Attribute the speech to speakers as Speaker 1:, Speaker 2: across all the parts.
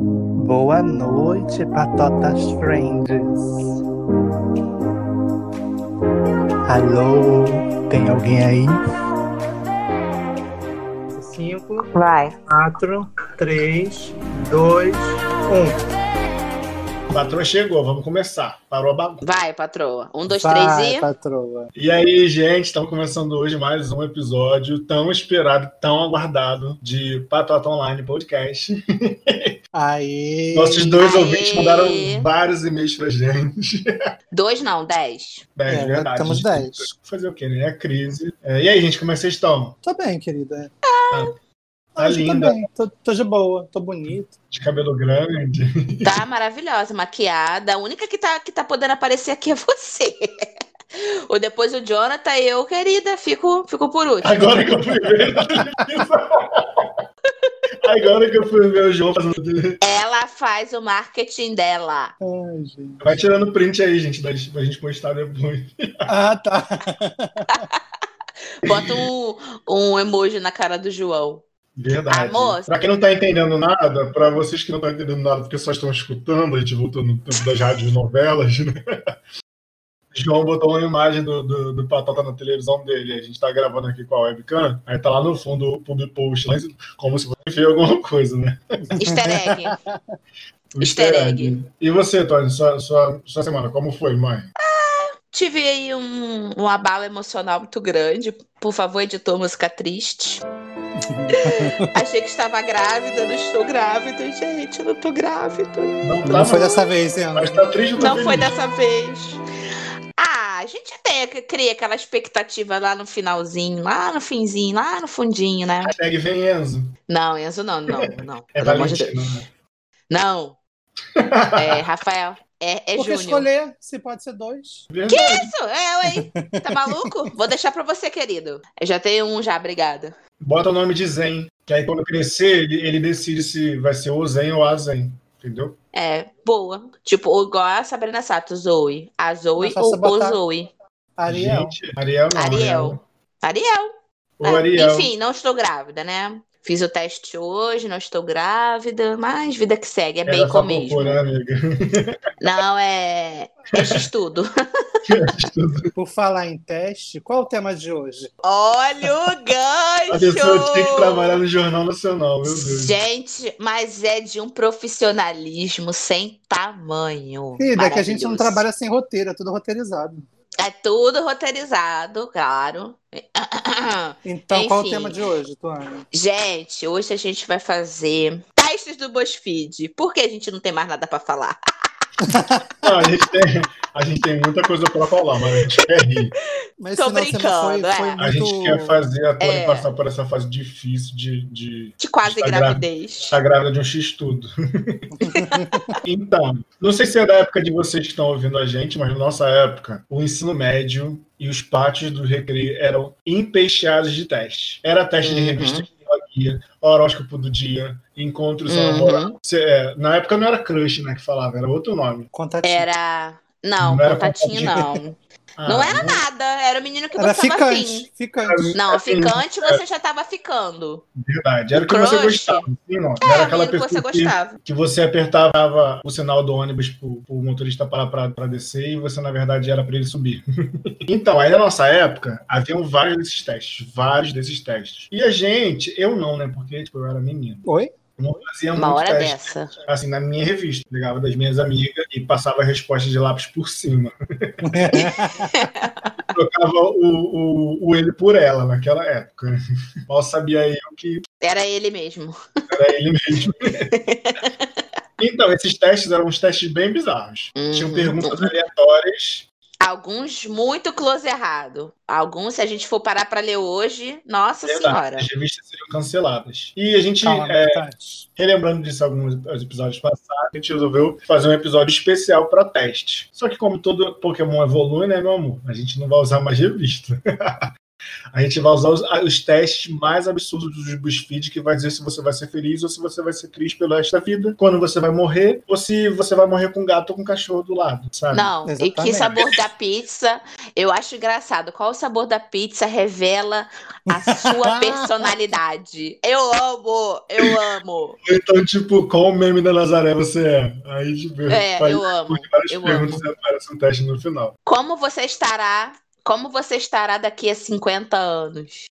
Speaker 1: Boa noite, patotas friends. Alô, tem alguém aí? 5,
Speaker 2: Vai.
Speaker 1: 4, 3, 2, 1.
Speaker 3: Patroa chegou, vamos começar. Parou a bagunça.
Speaker 2: Vai, patroa. Um, dois, três
Speaker 1: Vai,
Speaker 2: e.
Speaker 1: patroa.
Speaker 3: E aí, gente, estamos começando hoje mais um episódio tão esperado, tão aguardado de Patota Online Podcast.
Speaker 1: Aí.
Speaker 3: Nossos dois
Speaker 2: Aê!
Speaker 3: ouvintes mandaram vários e-mails pra gente.
Speaker 2: Dois não, dez.
Speaker 3: Dez,
Speaker 1: É,
Speaker 3: verdade.
Speaker 1: temos
Speaker 3: gente.
Speaker 1: dez.
Speaker 3: Fazer o quê, né? É a crise. É, e aí, gente, como é que vocês estão?
Speaker 1: Tô bem, querida.
Speaker 3: Tá
Speaker 1: Hoje
Speaker 3: linda,
Speaker 1: Tô, bem. tô, tô de boa, tô bonito.
Speaker 3: de cabelo grande.
Speaker 2: Tá maravilhosa, maquiada. A única que tá, que tá podendo aparecer aqui é você. Ou depois o Jonathan, eu, querida, fico, fico por último.
Speaker 3: Agora que eu fui ver. na televisão. Agora que eu fui ver o João fazendo.
Speaker 2: Ela faz o marketing dela.
Speaker 1: Ai, gente.
Speaker 3: Vai tirando print aí, gente, pra gente postar depois.
Speaker 1: Ah, tá.
Speaker 2: Bota um, um emoji na cara do João.
Speaker 3: Verdade.
Speaker 2: Amor.
Speaker 3: Pra quem não tá entendendo nada, pra vocês que não estão entendendo nada porque só estão escutando, a gente voltou no tempo das rádios novelas, né? João botou uma imagem do, do, do Patota na televisão dele. A gente tá gravando aqui com a webcam, aí tá lá no fundo o public post, lá, como se fosse ver alguma coisa, né?
Speaker 2: Easter egg.
Speaker 3: O
Speaker 2: Easter egg.
Speaker 3: E você, Tony, sua, sua, sua semana, como foi, mãe?
Speaker 2: Tive aí um, um abalo emocional muito grande. Por favor, editor, música triste. Achei que estava grávida, não estou grávida, gente, não estou grávida.
Speaker 3: Não,
Speaker 1: Não
Speaker 3: tá,
Speaker 1: foi dessa vez, hein, Ana?
Speaker 3: mas tá triste ou tá
Speaker 2: Não foi
Speaker 3: feliz?
Speaker 2: dessa vez. Ah, a gente até que- cria aquela expectativa lá no finalzinho, lá no finzinho, lá no fundinho, né?
Speaker 3: Hashtag vem Enzo.
Speaker 2: Não, Enzo, não, não, não.
Speaker 3: É
Speaker 2: Pelo amor de
Speaker 3: Valentino,
Speaker 2: Deus.
Speaker 3: né?
Speaker 2: Não. É, Rafael, é, é
Speaker 1: Por que
Speaker 2: Júnior.
Speaker 1: escolher se pode ser dois?
Speaker 3: Verdade.
Speaker 2: Isso, é eu, hein? Tá maluco? Vou deixar pra você, querido. Eu já tenho um já, obrigada.
Speaker 3: Bota o nome de Zen, que aí quando crescer, ele, ele decide se vai ser o Zen ou a Zen, entendeu?
Speaker 2: É, boa. Tipo, ou igual a Sabrina Sato, Zoe. A Zoe
Speaker 1: Mas só
Speaker 2: ou
Speaker 1: se botar-
Speaker 2: o Zoe.
Speaker 1: Ariel.
Speaker 3: Gente, Ariel não.
Speaker 2: Ariel. Ariel.
Speaker 3: O
Speaker 2: É,
Speaker 3: Ariel.
Speaker 2: Enfim, não estou grávida, né? Fiz o teste hoje, não estou grávida, mas vida que segue, é
Speaker 3: Era
Speaker 2: bacon
Speaker 3: só
Speaker 2: mesmo.
Speaker 3: cocô, né, amiga? né?
Speaker 2: Não, é. É x-tudo.
Speaker 1: Por falar em teste, qual o tema de hoje?
Speaker 2: Olha o gancho!
Speaker 3: A pessoa tinha que trabalhar no Jornal Nacional, meu Deus.
Speaker 2: Gente, mas é de um profissionalismo sem tamanho.
Speaker 1: Querida, é que a gente não
Speaker 2: Maravilhoso.
Speaker 1: trabalha sem roteiro, é tudo roteirizado.
Speaker 2: É tudo roteirizado, claro.
Speaker 1: Então, qual o
Speaker 2: Enfim.
Speaker 1: tema de hoje, Tuana?
Speaker 2: Gente, hoje a gente vai fazer testes do BuzzFeed. Por que a gente não tem mais nada pra falar?
Speaker 3: Não, a, gente tem, a gente tem muita coisa pra falar, mas a gente quer rir.
Speaker 1: Mas
Speaker 2: Tô
Speaker 1: esse final de semana
Speaker 2: brincando, é.
Speaker 3: A gente quer fazer a Tony
Speaker 2: É.
Speaker 3: passar por essa fase difícil de, de
Speaker 2: De quase
Speaker 3: Está grávida.
Speaker 2: gravidez.
Speaker 3: estar grávida de um X-tudo. então, não sei se é da época de vocês que estão ouvindo a gente, mas na nossa época, o ensino médio e os pátios do recreio eram empesteados de teste. Era teste de
Speaker 2: Uhum.
Speaker 3: revista de biologia, horóscopo do dia, encontros uhum.
Speaker 2: Uhum.
Speaker 3: Na época não era crush, né, que falava, era outro nome.
Speaker 1: Contatinho.
Speaker 2: Era. Não,
Speaker 3: Não era
Speaker 2: contatinho
Speaker 3: contatinho.
Speaker 2: não.
Speaker 3: Ah,
Speaker 2: não era nada, era o menino que
Speaker 1: Era
Speaker 2: você tava afim.
Speaker 1: ficante, ficante.
Speaker 2: Não,
Speaker 3: Assim,
Speaker 2: ficante você já tava ficando.
Speaker 3: Verdade, era o que
Speaker 2: Crush?
Speaker 3: você gostava. Sim, não.
Speaker 2: É, o
Speaker 3: era aquela
Speaker 2: menino que
Speaker 3: pessoa
Speaker 2: você
Speaker 3: que
Speaker 2: gostava.
Speaker 3: que você apertava o sinal do ônibus pro, pro motorista parar pra, pra descer e você, na verdade, era pra ele subir. então, aí na nossa época, haviam vários desses testes, vários desses testes. E a gente, eu não, né? Porque, tipo, eu era menino.
Speaker 1: Oi?
Speaker 3: Eu Não fazia
Speaker 2: Uma
Speaker 3: muito
Speaker 2: hora
Speaker 3: teste,
Speaker 2: dessa.
Speaker 3: assim, na minha revista. Pegava das minhas amigas e passava a resposta de lápis por cima. é, Trocava o, o, o ele por ela naquela época. Mal sabia eu que
Speaker 2: Era ele mesmo.
Speaker 3: Era ele mesmo. então, esses testes eram uns testes bem bizarros.
Speaker 2: Uhum.
Speaker 3: Tinham perguntas aleatórias.
Speaker 2: Alguns muito close errado. Alguns, se a gente for parar pra ler hoje, nossa
Speaker 3: Verdade,
Speaker 2: senhora.
Speaker 3: as revistas seriam canceladas. E a gente,
Speaker 1: Calma,
Speaker 3: é,
Speaker 1: Tati.
Speaker 3: relembrando disso alguns episódios passados, a gente resolveu fazer um episódio especial para teste. Só que como todo Pokémon evolui, né, meu amor? A gente não vai usar mais revista. A gente vai usar os, os testes mais absurdos dos BuzzFeed, que vai dizer se você vai ser feliz ou se você vai ser triste pelo resto da vida, quando você vai morrer, ou se você vai morrer com um gato ou com um cachorro do lado, sabe?
Speaker 2: Não, e
Speaker 1: Exatamente.
Speaker 2: que sabor da pizza? Eu acho engraçado. Qual o sabor da pizza revela a sua personalidade? Eu amo, eu amo.
Speaker 3: Ou Então, tipo, qual o meme da Nazaré você é? Aí, tipo,
Speaker 2: É,
Speaker 3: faz-
Speaker 2: eu amo.
Speaker 3: responde várias
Speaker 2: eu
Speaker 3: perguntas e aparece um teste no final.
Speaker 2: Como você estará? Como você estará daqui a 50 anos?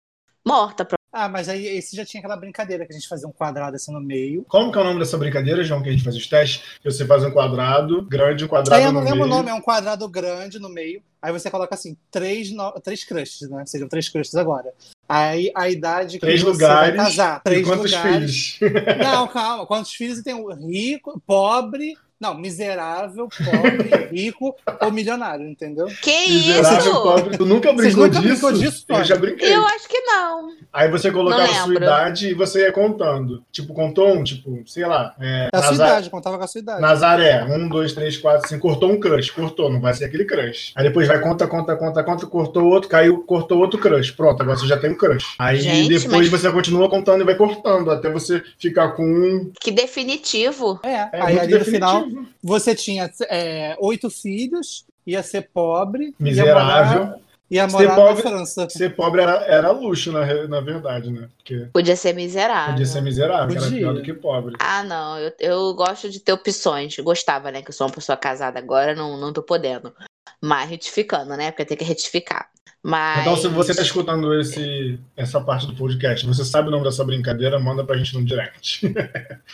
Speaker 2: Morta, pro-
Speaker 1: Ah, mas aí esse já tinha aquela brincadeira que a gente fazia um quadrado assim no meio.
Speaker 3: Como que é o nome dessa brincadeira, João, que a gente faz os testes? Que Você faz um quadrado, grande, um quadrado
Speaker 1: Aí eu não
Speaker 3: no
Speaker 1: lembro o
Speaker 3: meio.
Speaker 1: nome, é um quadrado grande no meio. Aí você coloca assim, três, no- três crushes, né? Seriam três crushes agora. Aí a idade que
Speaker 3: Três
Speaker 1: você
Speaker 3: lugares
Speaker 1: vai casar.
Speaker 3: E
Speaker 1: é Três
Speaker 3: quantos
Speaker 1: lugares.
Speaker 3: filhos?
Speaker 1: Não, calma. Quantos filhos tem um rico, pobre, não, miserável, pobre, rico ou milionário, entendeu?
Speaker 2: Que
Speaker 3: Miserável,
Speaker 2: isso?
Speaker 3: pobre. Tu nunca
Speaker 1: Vocês
Speaker 3: brincou
Speaker 1: nunca
Speaker 3: disso?
Speaker 1: brincou disso,
Speaker 3: Eu
Speaker 1: Fábio?
Speaker 3: já brinquei.
Speaker 2: Eu acho que não.
Speaker 3: Aí você colocava
Speaker 2: Não
Speaker 3: a sua
Speaker 2: lembro.
Speaker 3: idade e você ia contando. Tipo, contou um, tipo, sei lá, é,
Speaker 1: É a sua
Speaker 3: Nazar-
Speaker 1: idade, contava com a sua idade.
Speaker 3: Nazaré, um, dois, três, quatro, cinco, cortou um crush, cortou, não vai ser aquele crush. Aí depois vai conta, conta, conta, conta, cortou outro, caiu, cortou outro crush. Pronto, agora você já tem um crush. Aí
Speaker 2: Gente,
Speaker 3: depois
Speaker 2: mas-
Speaker 3: você continua contando e vai cortando até você ficar com um.
Speaker 2: Que definitivo.
Speaker 1: É,
Speaker 3: É
Speaker 1: aí
Speaker 3: muito
Speaker 1: ali no
Speaker 3: definitivo.
Speaker 1: final você tinha é, oito filhos, ia ser pobre,
Speaker 3: Miserável.
Speaker 1: ia
Speaker 3: Ser
Speaker 1: morar, ia morar
Speaker 3: pobre-
Speaker 1: na França.
Speaker 3: Ser pobre era, era luxo, na, re- na verdade, né? Porque
Speaker 2: Podia ser miserável.
Speaker 3: podia ser miserável, era
Speaker 1: Podia.
Speaker 3: pior do que pobre.
Speaker 2: Ah, não, eu, eu gosto de ter opções. Gostava, né? Que eu sou uma pessoa casada agora, não, não tô podendo. Mas retificando, né? Porque tem que retificar. Mas.
Speaker 3: Então, se você está escutando esse, essa parte do podcast, você sabe o nome dessa brincadeira, manda pra gente no direct.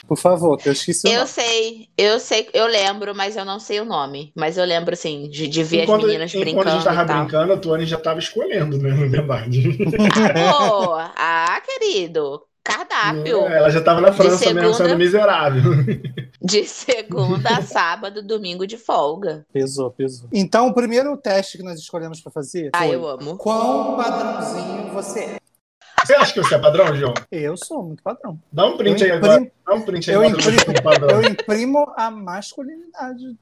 Speaker 1: Por favor, que eu esqueci o
Speaker 3: tá
Speaker 2: Eu
Speaker 1: nome.
Speaker 2: sei, eu sei, eu lembro, mas eu não sei o nome. Mas eu lembro, assim, de, de ver as meninas
Speaker 3: enquanto a
Speaker 2: brincando.
Speaker 3: gente tá tava
Speaker 2: e tal.
Speaker 3: brincando, a Tony já tava escolhendo, né? Na verdade.
Speaker 2: Ah, pô, ah, querido. Cardápio.
Speaker 1: é.
Speaker 3: Ela já tava na França mesmo,
Speaker 2: segunda-
Speaker 3: sendo miserável.
Speaker 2: De segunda a sábado, domingo de folga.
Speaker 1: Pesou, pesou. Então, o primeiro teste que nós escolhemos pra fazer
Speaker 2: Ah,
Speaker 1: foi
Speaker 2: eu amo.
Speaker 1: qual padrãozinho você é?
Speaker 3: Você acha que você é padrão, João?
Speaker 1: Eu sou muito padrão.
Speaker 3: Dá um print aí
Speaker 1: eu,
Speaker 3: agora.
Speaker 1: imprimo,
Speaker 3: Dá um print aí
Speaker 1: eu
Speaker 3: agora pra ver se você é padrão.
Speaker 1: eu imprimo a masculinidade,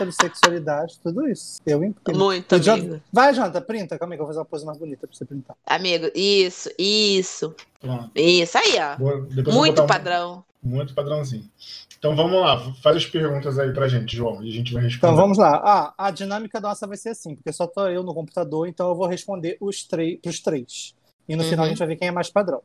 Speaker 1: heterossexualidade, tudo isso. Eu imprimo.
Speaker 2: Muito,
Speaker 1: Eu já-
Speaker 2: amigo.
Speaker 1: Vai, Janta, printa. Calma aí que eu vou fazer uma pose mais bonita pra você printar.
Speaker 2: Amigo, isso, isso,
Speaker 3: Pronto.
Speaker 2: isso aí, ó.
Speaker 3: Boa, depois eu vou botar
Speaker 2: Muito
Speaker 3: um-
Speaker 2: padrão.
Speaker 3: Muito padrãozinho. Então vamos lá, faz as perguntas aí pra gente, João, e a gente vai responder.
Speaker 1: Então vamos lá. Ah, a dinâmica nossa vai ser assim, porque só tô eu no computador, então eu vou responder os três pros três. E no
Speaker 2: Uhum.
Speaker 1: final a gente vai ver quem é mais padrão.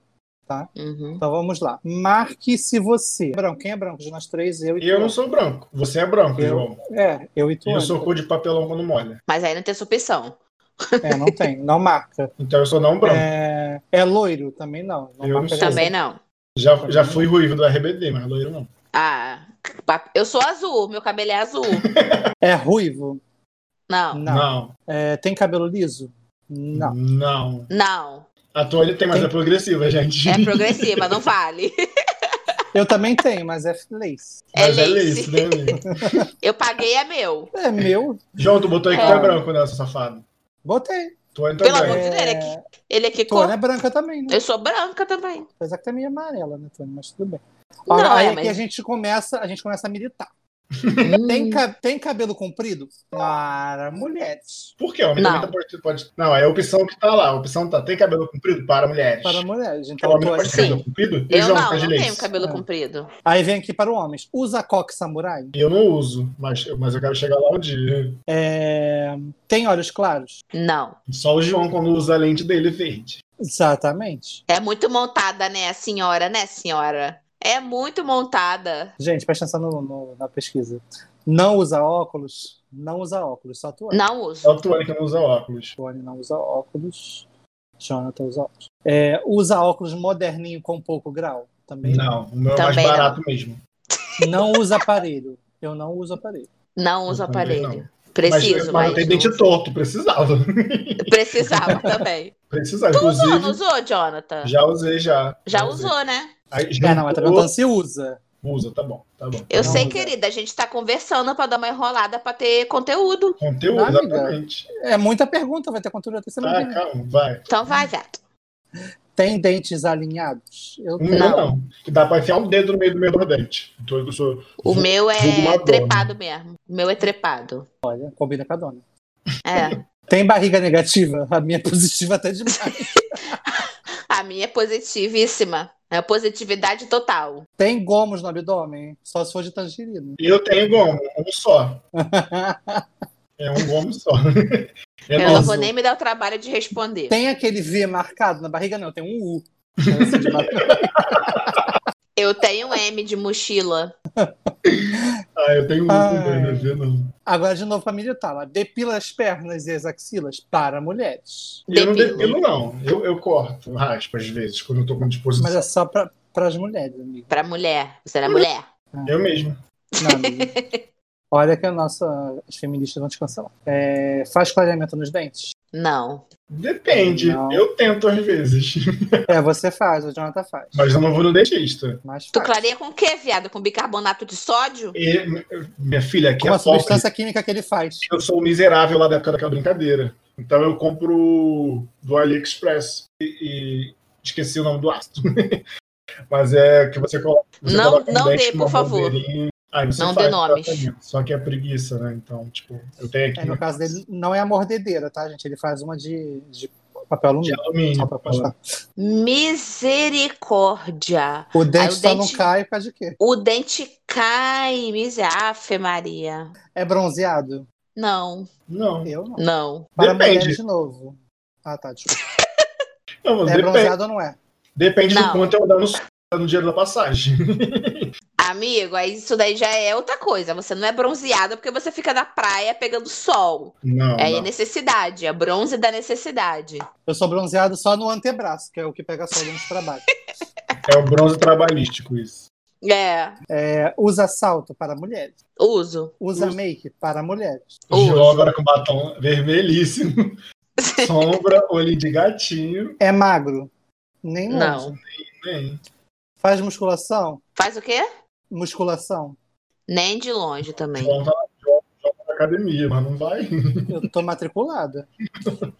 Speaker 2: Uhum.
Speaker 1: Então vamos lá. Marque se você. Branco, quem é branco? De nós três, eu e tu.
Speaker 3: Eu não sou branco, você é branco,
Speaker 1: Eu-
Speaker 3: João.
Speaker 1: É, eu e tu.
Speaker 3: E eu
Speaker 1: Anta.
Speaker 3: sou cor de papelão quando molha.
Speaker 2: Mas aí não tem supção.
Speaker 1: É, não tem, não marca.
Speaker 3: Então eu sou não branco.
Speaker 1: É, é loiro, também não. não
Speaker 3: Eu
Speaker 1: marca
Speaker 3: não sou.
Speaker 1: ninguém.
Speaker 2: Também não.
Speaker 3: Já, já fui ruivo do RBD, mas é loiro não.
Speaker 2: Ah, pa- eu sou azul, meu cabelo é azul.
Speaker 1: É ruivo?
Speaker 2: Não,
Speaker 1: Não.
Speaker 3: Não.
Speaker 1: É, tem cabelo liso? Não.
Speaker 3: Não.
Speaker 2: não.
Speaker 3: A Tony tem, mas
Speaker 1: Tem-
Speaker 3: é progressiva, gente.
Speaker 2: É progressiva, não vale.
Speaker 1: Eu também tenho, mas é lace.
Speaker 3: Mas
Speaker 2: é
Speaker 3: é
Speaker 2: lace.
Speaker 3: lace, né, amigo?
Speaker 2: Eu paguei, é meu.
Speaker 1: É meu.
Speaker 3: João, tu botou aí que
Speaker 2: É.
Speaker 3: tu é branco, né, seu safado?
Speaker 1: Botei.
Speaker 3: Tony
Speaker 2: Pelo
Speaker 3: também.
Speaker 2: amor de
Speaker 1: É.
Speaker 2: Deus, ele é que, ele é que cor.
Speaker 1: Tona é branca também, né?
Speaker 2: Eu sou branca também.
Speaker 1: Apesar que tá meio amarela, né, Tony? Mas tudo bem.
Speaker 2: Não,
Speaker 1: Olha, aí
Speaker 2: é,
Speaker 1: aqui
Speaker 2: mas-
Speaker 1: a gente começa, a gente começa a militar. Tem,
Speaker 2: Hum.
Speaker 1: ca- tem cabelo comprido? Para mulheres.
Speaker 3: Por quê? Homem
Speaker 2: Não.
Speaker 3: também pode, pode. Não, é a opção que tá lá. A opção tá. Tem cabelo comprido para mulheres.
Speaker 1: Para mulheres.
Speaker 3: Porque
Speaker 1: Então,
Speaker 3: o homem
Speaker 1: tô
Speaker 3: não pode
Speaker 1: assim.
Speaker 3: ter cabelo comprido? E
Speaker 2: Eu
Speaker 3: João,
Speaker 2: não,
Speaker 3: tá de
Speaker 2: não tenho
Speaker 3: lace.
Speaker 2: cabelo
Speaker 1: É.
Speaker 2: comprido.
Speaker 1: Aí vem aqui para homens. Usa coque samurai?
Speaker 3: Eu não uso, mas, mas eu quero chegar lá um dia.
Speaker 1: É, Tem olhos claros?
Speaker 2: Não.
Speaker 3: Só o João, quando usa a lente dele verde.
Speaker 1: Exatamente.
Speaker 2: É muito montada, né, a senhora, né, senhora? É muito montada.
Speaker 1: Gente, presta atenção no- no- na pesquisa. Não usa óculos? Não usa óculos, só tu.
Speaker 2: Não
Speaker 3: É
Speaker 2: uso.
Speaker 3: o Tony que não usa óculos.
Speaker 1: Tony não usa óculos. Jonathan usa óculos. É, usa óculos moderninho com pouco grau? Também
Speaker 3: Não, o meu é mais
Speaker 2: Também não.
Speaker 3: barato mesmo.
Speaker 1: Não usa aparelho. Eu não uso aparelho.
Speaker 2: Não uso
Speaker 3: Eu também
Speaker 2: aparelho.
Speaker 3: não.
Speaker 2: Preciso,
Speaker 3: mas, mas eu
Speaker 2: mas,
Speaker 3: tenho dente torto, precisava.
Speaker 2: precisava também.
Speaker 3: Precisava,
Speaker 2: Tu usou, não
Speaker 3: inclusive.
Speaker 2: usou, Jonathan?
Speaker 3: Já usei, já.
Speaker 2: Já
Speaker 3: usei.
Speaker 2: usou, né?
Speaker 3: Aí,
Speaker 1: É, não, mas tá perguntando se usa.
Speaker 3: Usa, tá bom, tá bom.
Speaker 2: Eu
Speaker 1: Não
Speaker 2: sei,
Speaker 1: usa.
Speaker 2: querida, a gente tá conversando pra dar uma enrolada pra ter conteúdo.
Speaker 3: Conteúdo,
Speaker 1: Tá, amiga.
Speaker 3: exatamente.
Speaker 1: É muita pergunta, vai ter conteúdo até semana que
Speaker 3: Tá,
Speaker 1: vem.
Speaker 3: calma, vai.
Speaker 2: Então vai, gato.
Speaker 1: Tem dentes alinhados? Eu
Speaker 3: O
Speaker 1: tenho.
Speaker 3: meu não. Que dá pra enfiar um dedo no meio do meu dente. Então eu sou.
Speaker 2: O meu
Speaker 3: vulgo
Speaker 2: é
Speaker 3: Madonna.
Speaker 1: né?
Speaker 2: trepado mesmo. O meu é trepado.
Speaker 1: Olha, combina com a dona.
Speaker 2: É.
Speaker 1: Tem barriga negativa? A minha é positiva até demais.
Speaker 2: A minha é positivíssima. É positividade total.
Speaker 1: Tem gomos no abdômen? Só se for de tangerina.
Speaker 3: Eu tenho gomo, um só. É um gomo só. É
Speaker 2: eu não
Speaker 3: nosso.
Speaker 2: vou nem me dar o trabalho de responder.
Speaker 1: Tem aquele V marcado na barriga? Não, tem um U. Esse de barriga.
Speaker 2: Eu tenho um M de mochila.
Speaker 3: Ah, eu tenho um
Speaker 1: Ai.
Speaker 3: também, né? Vê, não.
Speaker 1: Agora, de novo, pra militar. lá. Depila as pernas e as axilas para mulheres.
Speaker 3: Eu não
Speaker 2: Depilo.
Speaker 3: depilo, não. Eu, eu corto, raspa às vezes, quando eu tô com disposição.
Speaker 1: Mas é só pra, pras mulheres, amigo.
Speaker 2: Pra mulher. Você era mulher.
Speaker 3: Eu mesmo.
Speaker 1: Não, amigo. Olha que a nossa, as feministas vão te cancelar. É, faz clareamento nos dentes?
Speaker 2: Não.
Speaker 3: Depende.
Speaker 1: Não.
Speaker 3: Eu tento às vezes.
Speaker 1: É, você faz, o Jonathan faz.
Speaker 3: Mas eu não vou no dentista.
Speaker 1: Mas
Speaker 2: Tu
Speaker 1: faz.
Speaker 2: clareia com o quê, viado? Com bicarbonato de sódio?
Speaker 3: E, minha filha, aqui
Speaker 1: Com
Speaker 3: é
Speaker 1: a
Speaker 3: pobre.
Speaker 1: substância química que ele faz.
Speaker 3: Eu sou o miserável lá da época daquela brincadeira. Então eu compro do AliExpress. E, e esqueci o nome do ácido. Mas é que você coloca. Você
Speaker 2: Não-
Speaker 3: coloca um
Speaker 2: não dê,
Speaker 3: dente, uma
Speaker 2: por favor.
Speaker 3: bandeirinha. Aí você
Speaker 2: Não
Speaker 3: faz
Speaker 2: dê nomes.
Speaker 3: tratamento. Só que é preguiça, né? Então, tipo, eu tenho aqui.
Speaker 1: É, no caso dele, não é a mordedeira, tá, gente? Ele faz uma de, de papel
Speaker 3: de
Speaker 1: alumínio.
Speaker 3: alumínio.
Speaker 1: Só pra constar.
Speaker 2: Misericórdia.
Speaker 1: O dente
Speaker 2: o
Speaker 1: só
Speaker 2: dente-
Speaker 1: não cai por causa de quê?
Speaker 2: O dente cai, miserave Maria.
Speaker 1: É bronzeado?
Speaker 2: Não,
Speaker 3: Não.
Speaker 1: Eu não.
Speaker 2: não.
Speaker 1: Para
Speaker 3: Depende.
Speaker 1: mulheres de novo. Ah, tá, desculpa.
Speaker 3: Não, mas
Speaker 1: É
Speaker 3: depende,
Speaker 1: bronzeado ou não é?
Speaker 3: depende
Speaker 2: Não.
Speaker 3: do quanto eu dar no, no dinheiro da passagem.
Speaker 2: Amigo, aí isso daí já é outra coisa. Você não é bronzeada porque você fica na praia pegando sol.
Speaker 3: Não.
Speaker 2: é
Speaker 3: não.
Speaker 2: necessidade, é bronze da necessidade.
Speaker 1: Eu sou bronzeado só no antebraço, que é o que pega sol durante o trabalho.
Speaker 3: É o bronze trabalhístico isso.
Speaker 2: É,
Speaker 1: É, usa salto para mulheres.
Speaker 2: uso.
Speaker 1: Usa
Speaker 3: Usa.
Speaker 1: make para mulheres.
Speaker 2: Hoje.
Speaker 3: Girou agora com batom vermelhíssimo. Sombra, olho de gatinho.
Speaker 1: É magro? Nem
Speaker 2: Não.
Speaker 1: longe.
Speaker 3: Bem,
Speaker 1: Faz musculação?
Speaker 2: Faz o quê?
Speaker 1: Musculação.
Speaker 2: Nem de longe também.
Speaker 3: João tá, João- João tá na academia, mas não vai.
Speaker 1: Eu tô matriculada.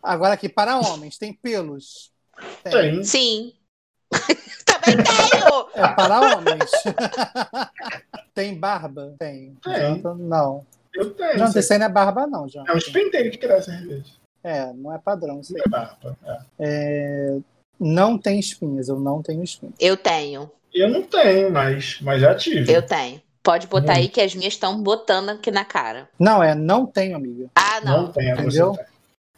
Speaker 1: Agora aqui, para homens, tem pelos?
Speaker 3: Tem.
Speaker 2: Sim. também tenho!
Speaker 1: É para homens. tem barba? Tem.
Speaker 3: Tem.
Speaker 1: Jonathan, Não.
Speaker 3: Eu tenho.
Speaker 1: Não, isso aí não é barba, não, Jonathan.
Speaker 3: É um pentelhos que crescem às vezes.
Speaker 1: É, não é padrão isso aí.
Speaker 3: Tem barba, é.
Speaker 1: Não tem espinhas, eu não tenho espinhas.
Speaker 2: Eu tenho,
Speaker 3: Eu não tenho mais, mas já tive.
Speaker 2: eu tenho. Pode botar aí que as minhas estão botando aqui na cara.
Speaker 1: Não, é não tenho, amiga.
Speaker 2: Ah,
Speaker 3: não.
Speaker 2: não.
Speaker 3: tenho, você
Speaker 1: Entendeu?
Speaker 3: tem.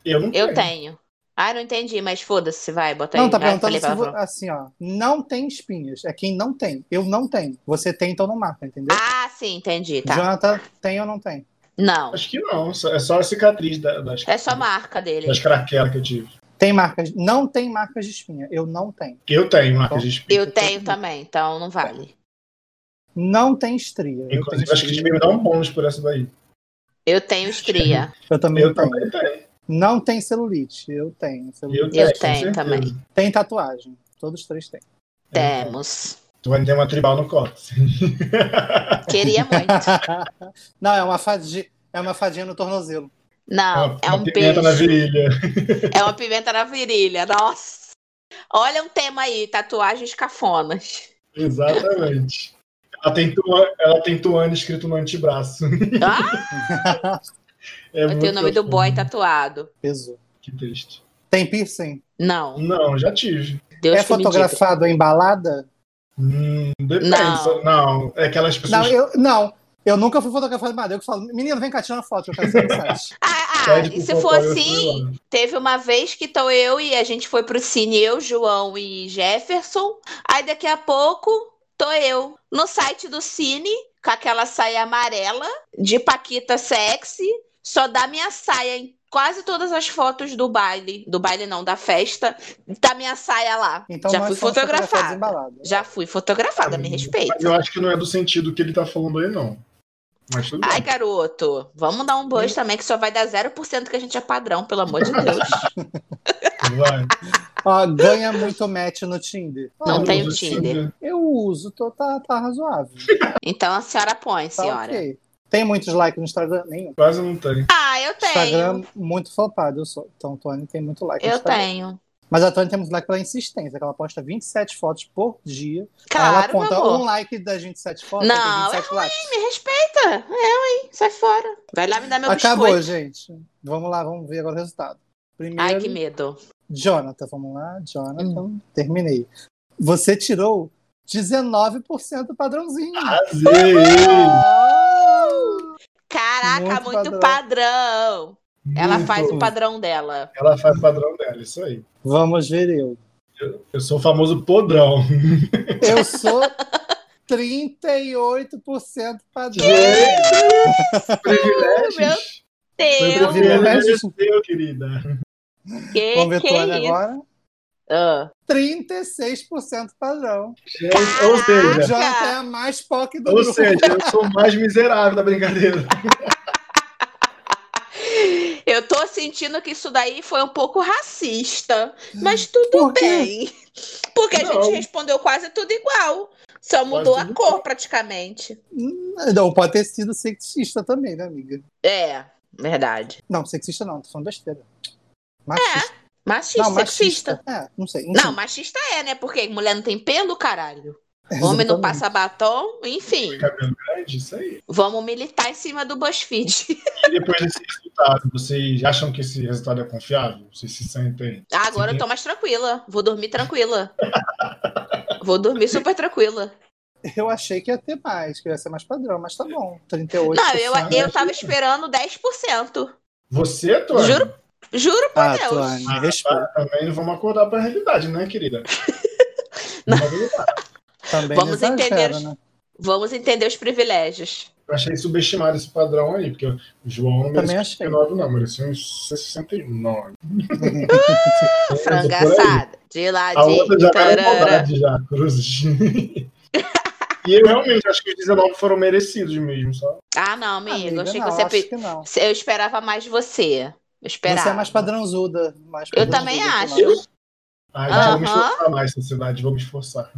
Speaker 3: Eu não
Speaker 2: Eu
Speaker 3: tenho.
Speaker 2: tenho. Ah, não entendi, mas foda-se, vai, bota
Speaker 1: Não,
Speaker 2: aí.
Speaker 1: tá
Speaker 2: Ah,
Speaker 1: perguntando
Speaker 2: falei
Speaker 1: se vo...
Speaker 2: palavrão.
Speaker 1: assim, ó. Não tem espinhas. É quem não tem. Eu não tenho. Você tem, então não marca, entendeu?
Speaker 2: Ah, sim, entendi, tá.
Speaker 1: Jonathan, tem ou não tem?
Speaker 2: Não,
Speaker 3: Acho que não. só- É só a cicatriz da- das,
Speaker 2: é só a marca dele.
Speaker 3: das craquelas que eu tive.
Speaker 1: Tem marcas. Não tem marcas de espinha. Eu não tenho.
Speaker 3: Eu tenho marcas de espinha.
Speaker 2: Eu tenho também, então não vale.
Speaker 1: Não tem estria. Eu, tenho
Speaker 3: Inclusive, acho que
Speaker 1: estria.
Speaker 3: devia me dar um bônus por essa daí.
Speaker 2: Eu tenho estria.
Speaker 1: eu também
Speaker 3: Eu
Speaker 1: tenho.
Speaker 3: também tenho.
Speaker 1: Não tem celulite. Eu tenho.
Speaker 3: Eu
Speaker 1: celulite.
Speaker 3: tenho, com
Speaker 2: tenho
Speaker 3: certeza.
Speaker 2: também.
Speaker 1: Tem tatuagem. Todos três têm.
Speaker 2: Temos.
Speaker 3: Tu vai ter uma tribal no cóccix.
Speaker 2: Queria muito.
Speaker 1: não, é uma fadinha. É uma fadinha no tornozelo.
Speaker 2: Não, é
Speaker 3: Uma
Speaker 2: um
Speaker 3: pimenta na
Speaker 2: beijo.
Speaker 3: virilha.
Speaker 2: É uma pimenta na virilha. Nossa. Olha um tema aí, tatuagens cafonas.
Speaker 3: Exatamente. Ela tem, tuan, ela tem tuane escrito no antebraço.
Speaker 2: Ah,
Speaker 3: É
Speaker 2: eu tenho o
Speaker 3: muito
Speaker 2: nome do
Speaker 3: profundo.
Speaker 2: boy tatuado.
Speaker 1: Peso.
Speaker 3: Que triste.
Speaker 1: Tem piercing?
Speaker 2: Não,
Speaker 3: Não, já tive.
Speaker 2: Deus
Speaker 1: é
Speaker 2: que me diga.
Speaker 1: fotografado em balada?
Speaker 3: Hum, depende.
Speaker 2: Não.
Speaker 3: só- Não. é aquelas pessoas
Speaker 1: Não, eu, não, eu nunca fui fotografado em balada. Eu que falo, menino, vem cá, tira uma foto. Eu quero ser no site.
Speaker 3: que
Speaker 2: Ah, ah,
Speaker 3: pedem pro
Speaker 2: e se for
Speaker 3: fotógrafo
Speaker 2: assim,
Speaker 3: ir lá.
Speaker 2: Teve uma vez que tô eu e a gente foi pro cine, eu, João e Jefferson. Aí daqui a pouco tô eu no site do cine com aquela saia amarela de Paquita sexy. Só dá minha saia em quase todas as fotos do baile, do baile não, da festa, tá minha saia lá.
Speaker 1: Então
Speaker 2: Já
Speaker 1: nós
Speaker 2: fui
Speaker 1: somos fotografados em
Speaker 2: fotografada.
Speaker 1: balada.
Speaker 2: Já fui fotografada, me respeita.
Speaker 3: Mas eu acho que não é do sentido que ele tá falando aí, não. Mas tudo
Speaker 2: Ai,
Speaker 3: bem.
Speaker 2: garoto, vamos dar um
Speaker 1: Hum.
Speaker 2: buzz também que só vai dar 0% que a gente é padrão, pelo amor de Deus.
Speaker 3: Vai.
Speaker 1: Ó, ganha muito match no Tinder.
Speaker 2: Não
Speaker 1: Ó,
Speaker 2: tem tenho
Speaker 3: usa
Speaker 2: Tinder.
Speaker 1: Eu uso, tô, tá, tá razoável.
Speaker 2: Então a senhora põe,
Speaker 1: Tá
Speaker 2: senhora.
Speaker 1: ok. Tem muitos likes no Instagram? Nenhum.
Speaker 3: Quase não tem.
Speaker 2: Ah, eu tenho.
Speaker 1: Instagram muito flopado, eu sou. Então, Tony tem muito like no
Speaker 2: Eu
Speaker 1: Instagram.
Speaker 2: tenho.
Speaker 1: Mas a Tony temos like pela insistência, que ela posta 27 fotos por dia.
Speaker 2: Claro,
Speaker 1: ela conta
Speaker 2: meu amor.
Speaker 1: um like das 27 fotos,
Speaker 2: Não, é
Speaker 1: tem 27 likes.
Speaker 2: Me respeita. Eu, hein? Sai fora. Vai lá me dar meu
Speaker 1: Acabou,
Speaker 2: biscoito.
Speaker 1: gente. Vamos lá, vamos ver agora o resultado.
Speaker 2: Ai,
Speaker 1: Primeiro,
Speaker 2: que medo.
Speaker 1: Jonathan, vamos lá, Jonathan,
Speaker 2: Hum.
Speaker 1: terminei. Você tirou 19% do padrãozinho.
Speaker 3: Arrasei!
Speaker 2: Caraca,
Speaker 1: Muito
Speaker 2: muito, padrão. Ela faz um o padrão dela.
Speaker 3: Ela faz o padrão dela, isso aí.
Speaker 1: Vamos ver eu.
Speaker 3: Eu sou o famoso podrão.
Speaker 1: Eu sou 38% padrão.
Speaker 3: Privilégios. Foi
Speaker 2: Deus,
Speaker 3: privilégio
Speaker 1: Privilégios.
Speaker 3: É seu, querida.
Speaker 2: que,
Speaker 1: Vamos ver
Speaker 2: que
Speaker 1: Tony
Speaker 2: isso?
Speaker 1: agora.
Speaker 2: Ah.
Speaker 1: 36% padrão.
Speaker 3: Gente, Ou seja,
Speaker 1: Jonathan é a mais POC do
Speaker 3: Ah, ou
Speaker 1: grupo.
Speaker 3: seja, eu sou né? o mais miserável da brincadeira.
Speaker 2: Eu tô sentindo que isso daí foi um pouco racista, mas tudo
Speaker 1: Por quê?
Speaker 2: bem. Porque a
Speaker 3: Não.
Speaker 2: gente respondeu quase tudo igual. Só mudou a
Speaker 3: tudo
Speaker 2: cor praticamente.
Speaker 1: Não, pode ter sido sexista também, né, amiga?
Speaker 2: É, verdade.
Speaker 1: Não, sexista não, tô falando besteira. Machista.
Speaker 2: Machista,
Speaker 1: não,
Speaker 2: sexista.
Speaker 1: machista. É, não sei.
Speaker 2: É, Não, machista é, né? Porque mulher não tem pelo, caralho. Homem não passa batom, enfim.
Speaker 3: Cabelo grande, isso aí.
Speaker 2: Vamos militar em cima do BuzzFeed.
Speaker 3: E depois desse resultado, vocês acham que esse resultado é confiável? Vocês se sentem.
Speaker 2: Ah, Agora eu tô mais tranquila. Vou dormir tranquila. Vou dormir super tranquila.
Speaker 1: Eu achei que ia ter mais, que ia ser mais padrão, mas tá bom. 38%.
Speaker 2: Não, eu, eu tava
Speaker 3: acho que-
Speaker 2: esperando 10%.
Speaker 3: Você, Tony? tá
Speaker 2: Juro Juro por
Speaker 1: Ah,
Speaker 2: Deus.
Speaker 1: Tuane, me respeita.
Speaker 3: Também não vamos acordar pra realidade, né, querida?
Speaker 2: Não.
Speaker 1: Também
Speaker 2: Vamos
Speaker 1: não exagera,
Speaker 2: entender.
Speaker 1: né?
Speaker 2: Vamos entender os privilégios.
Speaker 3: Eu achei subestimado esse padrão aí, porque o João não
Speaker 1: Também
Speaker 3: merecia
Speaker 1: achei.
Speaker 3: 69, não, merecia uns 69.
Speaker 2: A
Speaker 3: Por É, aí.
Speaker 2: franga assada, de
Speaker 3: A outra
Speaker 2: ladinho,
Speaker 3: já tá na
Speaker 2: tarara.
Speaker 3: maldade, já, cruzes. E eu realmente acho que os 19 foram merecidos mesmo, sabe?
Speaker 2: Ah, não, amigo.
Speaker 1: Amiga,
Speaker 2: achei
Speaker 1: não,
Speaker 2: que você.
Speaker 1: acho
Speaker 2: pe-
Speaker 1: que não.
Speaker 2: Eu esperava mais de você. Eu esperava.
Speaker 1: Você é mais padrãozuda. Mais
Speaker 2: Eu
Speaker 1: padrãozuda
Speaker 2: também
Speaker 1: que
Speaker 2: acho.
Speaker 1: nós.
Speaker 3: Ah, gente, vamos
Speaker 2: Aham.
Speaker 3: esforçar mais, sociedade, vamos esforçar.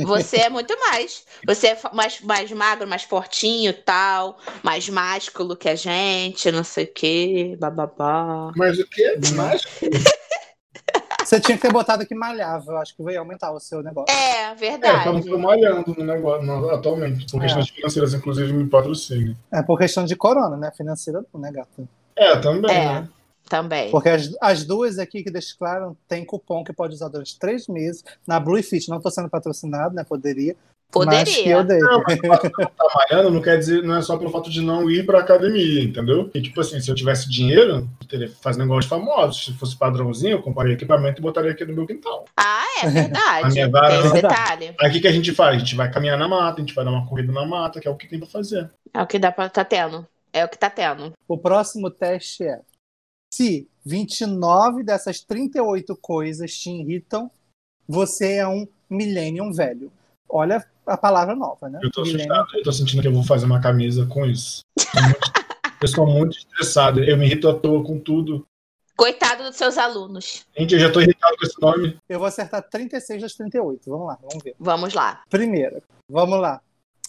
Speaker 2: Você é muito mais. Você é fa- mais, mais magro, mais fortinho e tal. Mais másculo que a gente, não sei o quê. Bababá.
Speaker 3: Mas o que? Mais?
Speaker 1: Você tinha que ter botado que malhava. Eu acho que vai aumentar o seu negócio.
Speaker 2: É,
Speaker 3: É, eu
Speaker 2: verdade.
Speaker 3: tô malhando no negócio no- atualmente, por
Speaker 1: É.
Speaker 3: questões financeiras, inclusive me patrocina.
Speaker 1: É por questão de corona, né? Financeira não, né, gata?
Speaker 3: É, também,
Speaker 2: É.
Speaker 3: né?
Speaker 2: Também.
Speaker 1: Porque as, as duas aqui que declaram tem cupom que pode usar durante três meses na Blue Fit. Não tô sendo patrocinado, né? Poderia. Mas que eu
Speaker 2: Poderia.
Speaker 1: dei.
Speaker 3: Não, mas o fato de não estar malhando não quer dizer, não é só pelo fato de não ir pra academia, entendeu? E tipo assim, se eu tivesse dinheiro, eu teria fazer negócios famosos. Se fosse padrãozinho, eu compraria equipamento e botaria aqui no meu quintal.
Speaker 2: Ah, é
Speaker 3: A
Speaker 2: verdade.
Speaker 3: minha vara
Speaker 2: Tem esse
Speaker 1: não dá.
Speaker 2: detalhe.
Speaker 3: Aí o que, que a gente faz? A gente vai caminhar na mata, a gente vai dar uma corrida na mata, que é o que tem pra fazer.
Speaker 2: É o que dá pra tá tendo. É o que tá tendo.
Speaker 1: O próximo teste é: se 29 dessas 38 coisas te irritam, você é um millennium velho. Olha a palavra nova, né?
Speaker 3: Eu tô
Speaker 1: Millennium.
Speaker 3: assustado, eu tô sentindo que eu vou fazer uma camisa com isso. Eu sou muito estressado, eu me irrito à toa com tudo.
Speaker 2: Coitado dos seus alunos.
Speaker 3: Gente, eu já tô irritado com esse nome.
Speaker 1: Eu vou acertar 36 das 38. Vamos lá, vamos ver.
Speaker 2: Vamos lá.
Speaker 1: Primeira, vamos lá.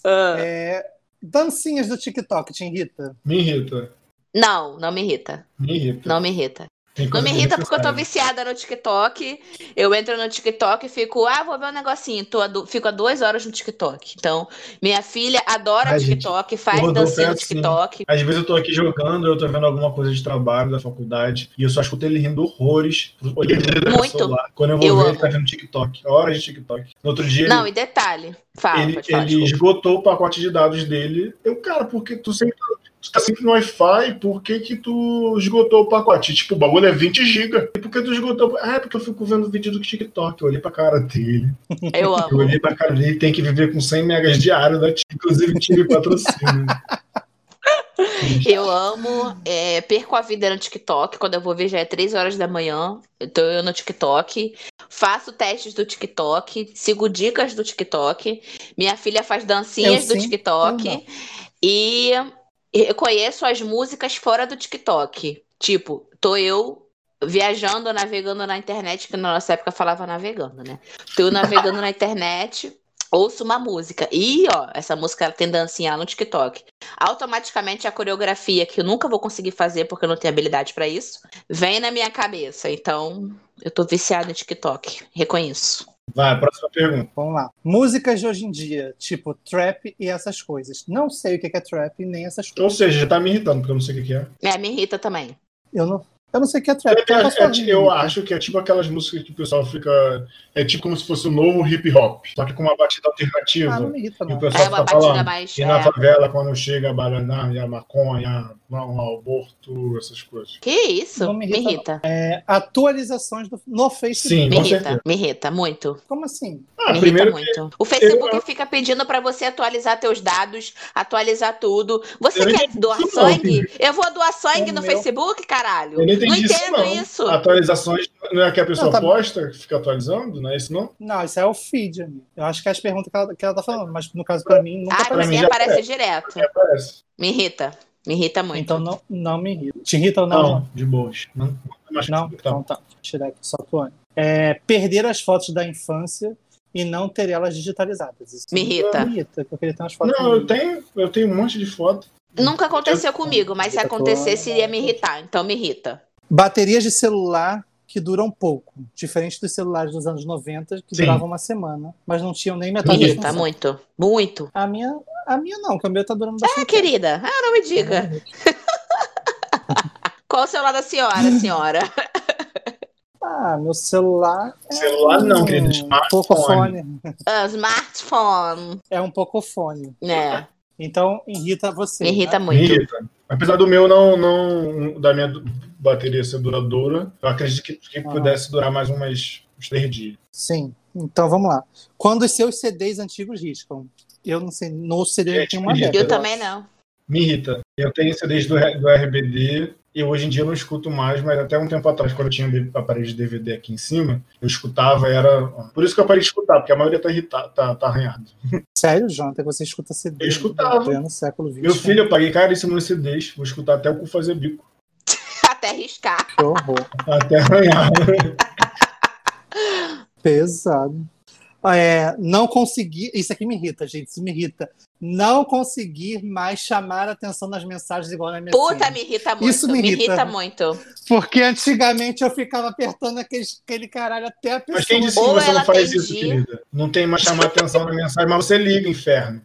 Speaker 1: É, dancinhas do TikTok te irrita?
Speaker 3: Me irrita,
Speaker 2: Não, não me irrita.
Speaker 3: me irrita.
Speaker 2: Não me irrita.
Speaker 3: Tem
Speaker 2: Não
Speaker 3: coisa
Speaker 2: me
Speaker 3: que é
Speaker 2: irrita porque eu tô
Speaker 3: necessária.
Speaker 2: viciada no TikTok. Eu entro no TikTok e fico, ah, vou ver um negocinho. Tô a du- Fico há duas horas no TikTok. Então, minha filha adora
Speaker 3: Ai, gente,
Speaker 2: TikTok, faz
Speaker 3: Rodolfo é
Speaker 2: dancinha no
Speaker 3: assim.
Speaker 2: TikTok.
Speaker 3: Às vezes eu tô aqui jogando, eu tô vendo alguma coisa de trabalho da faculdade, e eu só escuto ele rindo horrores, olhando no
Speaker 2: Muito.
Speaker 3: celular. Quando eu vou
Speaker 2: Eu
Speaker 3: ver, ele
Speaker 2: amo.
Speaker 3: tá vendo TikTok, horas de TikTok. No outro dia,
Speaker 2: Não,
Speaker 3: ele,
Speaker 2: e detalhe. Fala,
Speaker 3: ele-
Speaker 2: Ah, pode falar,
Speaker 3: ele
Speaker 2: desculpa.
Speaker 3: esgotou o pacote de dados dele. Eu, cara, porque tu sempre tu tá sempre no Wi-Fi, por que que tu esgotou o pacote? Tipo, o bagulho é 20 GB. E por que tu esgotou? Ah, é porque eu fico vendo vídeo do TikTok. Eu olhei pra cara dele.
Speaker 2: Eu
Speaker 3: Eu
Speaker 2: amo.
Speaker 3: olhei pra cara dele, tem que viver com 100 megas diário, né? Inclusive, tive patrocínio.
Speaker 2: Eu amo. é, perco a vida no TikTok. Quando eu vou ver, já é três horas da manhã. Eu tô eu no TikTok. Faço testes do TikTok. Sigo dicas do TikTok. Minha filha faz dancinhas
Speaker 1: Eu
Speaker 2: do
Speaker 1: sim,
Speaker 2: TikTok.
Speaker 1: eu não.
Speaker 2: E eu conheço as músicas fora do TikTok. Tipo, tô eu viajando, navegando na internet, que na nossa época falava navegando, né? Tô eu navegando na internet, ouço uma música. E, ó, essa música ela tem dancinha lá no TikTok. Automaticamente a coreografia, que eu nunca vou conseguir fazer porque eu não tenho habilidade pra isso, vem na minha cabeça. Então, Eu tô viciada em TikTok, reconheço.
Speaker 3: Vai, próxima pergunta.
Speaker 1: Vamos lá. Músicas de hoje em dia, tipo trap e essas coisas. Não sei o que é trap nem essas coisas.
Speaker 3: Ou seja, já tá me irritando, porque eu não sei o que que é.
Speaker 2: É, me irrita também.
Speaker 1: Eu não, eu não sei o que é trap.
Speaker 3: É,
Speaker 1: então eu posso
Speaker 3: é,
Speaker 1: fazer.
Speaker 3: eu acho que é tipo aquelas músicas que o pessoal fica. É tipo como se fosse um novo hip hop, só que com uma batida alternativa.
Speaker 1: Ah, não me irrita,
Speaker 3: E o
Speaker 1: não.
Speaker 3: pessoal
Speaker 2: É uma
Speaker 3: fica
Speaker 2: batida
Speaker 3: falando.
Speaker 2: mais.
Speaker 3: E na
Speaker 2: é.
Speaker 3: favela, quando chega a Baraná, e a maconha, não, o aborto, essas coisas.
Speaker 2: Que isso?
Speaker 1: Não me
Speaker 2: me
Speaker 1: irrita,
Speaker 2: irrita.
Speaker 1: É, atualizações do- no Facebook.
Speaker 3: Sim,
Speaker 2: Me
Speaker 3: com
Speaker 2: irrita,
Speaker 3: certeza.
Speaker 2: me irrita muito.
Speaker 1: Como assim?
Speaker 3: Ah,
Speaker 2: me irrita
Speaker 3: primeiro que
Speaker 2: tá muito. O Facebook fica pedindo pra você atualizar teus dados, atualizar tudo. Você
Speaker 3: Eu não
Speaker 2: quer doar
Speaker 3: isso não,
Speaker 2: sangue? Eu vou doar sangue
Speaker 1: O
Speaker 2: no
Speaker 1: É meu-
Speaker 2: Facebook, caralho.
Speaker 3: eu não entendi isso,
Speaker 2: entendo
Speaker 3: não. Ah,
Speaker 2: isso.
Speaker 3: Atualizações não é que a pessoa
Speaker 1: Não, tá-
Speaker 3: posta, que fica atualizando, não é isso não?
Speaker 1: Não, isso é o feed, amigo. Eu acho que é as perguntas que ela, que ela tá falando, mas no caso pra mim nunca
Speaker 2: Ah,
Speaker 3: pra
Speaker 2: pra
Speaker 1: aparece.
Speaker 3: mim
Speaker 2: mim
Speaker 3: já é.
Speaker 2: aparece direto.
Speaker 3: Que aparece.
Speaker 2: Me irrita. Me irrita muito.
Speaker 1: Então não, não me irrita. Te irrita ou não?
Speaker 3: Não, de boas. Não, não, mas-
Speaker 1: Não?
Speaker 3: tá.
Speaker 1: Então tá. Vou tirar aqui só pro Anne. É, perder as fotos da infância e não ter elas digitalizadas. Isso
Speaker 2: Me irrita.
Speaker 1: Me irrita, porque ele tem umas fotos.
Speaker 3: Não, eu tenho, eu tenho um monte de foto.
Speaker 2: Nunca aconteceu comigo, mas se
Speaker 1: Irrita
Speaker 2: acontecesse,
Speaker 1: toda.
Speaker 2: ia me irritar. Então me irrita.
Speaker 1: Baterias de celular que duram pouco, diferente dos celulares dos anos 90, que
Speaker 3: Sim.
Speaker 1: duravam uma semana, mas não tinham nem
Speaker 2: Me
Speaker 1: metade da
Speaker 2: irrita
Speaker 1: função.
Speaker 2: muito. Muito.
Speaker 1: A minha, a minha não, que o meu tá durando
Speaker 2: Ah,
Speaker 1: bastante.
Speaker 2: querida. Ah, não me diga.
Speaker 1: tempo.
Speaker 2: Qual o celular da senhora, senhora?
Speaker 1: Ah, meu celular. É
Speaker 3: Celular não, querido, smartphone.
Speaker 1: Pocofone.
Speaker 2: Ah, smartphone.
Speaker 1: É um pocofone.
Speaker 2: Né?
Speaker 1: Então irrita você.
Speaker 2: Me
Speaker 1: né?
Speaker 2: irrita
Speaker 3: Me
Speaker 2: muito.
Speaker 3: irrita. Apesar do meu não, não da minha du- bateria ser duradoura, eu acredito que, que
Speaker 1: Ah.
Speaker 3: pudesse durar mais umas uns três dias.
Speaker 1: Sim. Então vamos lá. Quando os seus CDs antigos riscam. Eu não sei, no CD eu
Speaker 3: Gente,
Speaker 1: tenho uma
Speaker 3: me irrita.
Speaker 1: década.
Speaker 2: Eu também não.
Speaker 3: Me irrita. Eu tenho CDs do, R- do RBD e hoje em dia eu não escuto mais, mas até um tempo atrás, quando eu tinha um aparelho de DVD aqui em cima, eu escutava, era. Por isso que eu parei de escutar, porque a maioria tá irritada, tá, tá arranhada.
Speaker 1: Sério, Jonathan, que você escuta CD
Speaker 3: Eu escutava.
Speaker 1: no século XX.
Speaker 3: Meu filho, eu paguei caríssimo nos CDs, vou escutar até o cu fazer bico,
Speaker 2: Até riscar.
Speaker 1: né? Que horror.
Speaker 3: até arranhar.
Speaker 1: Pesado. É, não conseguir. Isso aqui me irrita, gente. Isso me irrita. Não conseguir mais chamar a atenção nas mensagens igual na minha
Speaker 2: Puta, me irrita muito.
Speaker 1: Isso me irrita.
Speaker 2: muito.
Speaker 1: Porque antigamente eu ficava apertando aquele, aquele caralho até a pessoa.
Speaker 3: Mas quem disse que
Speaker 2: Ou
Speaker 3: você não
Speaker 2: ela
Speaker 3: faz
Speaker 2: tem
Speaker 3: isso,
Speaker 2: dia.
Speaker 3: querida? Não tem mais chamar atenção na mensagem, mas você liga, inferno.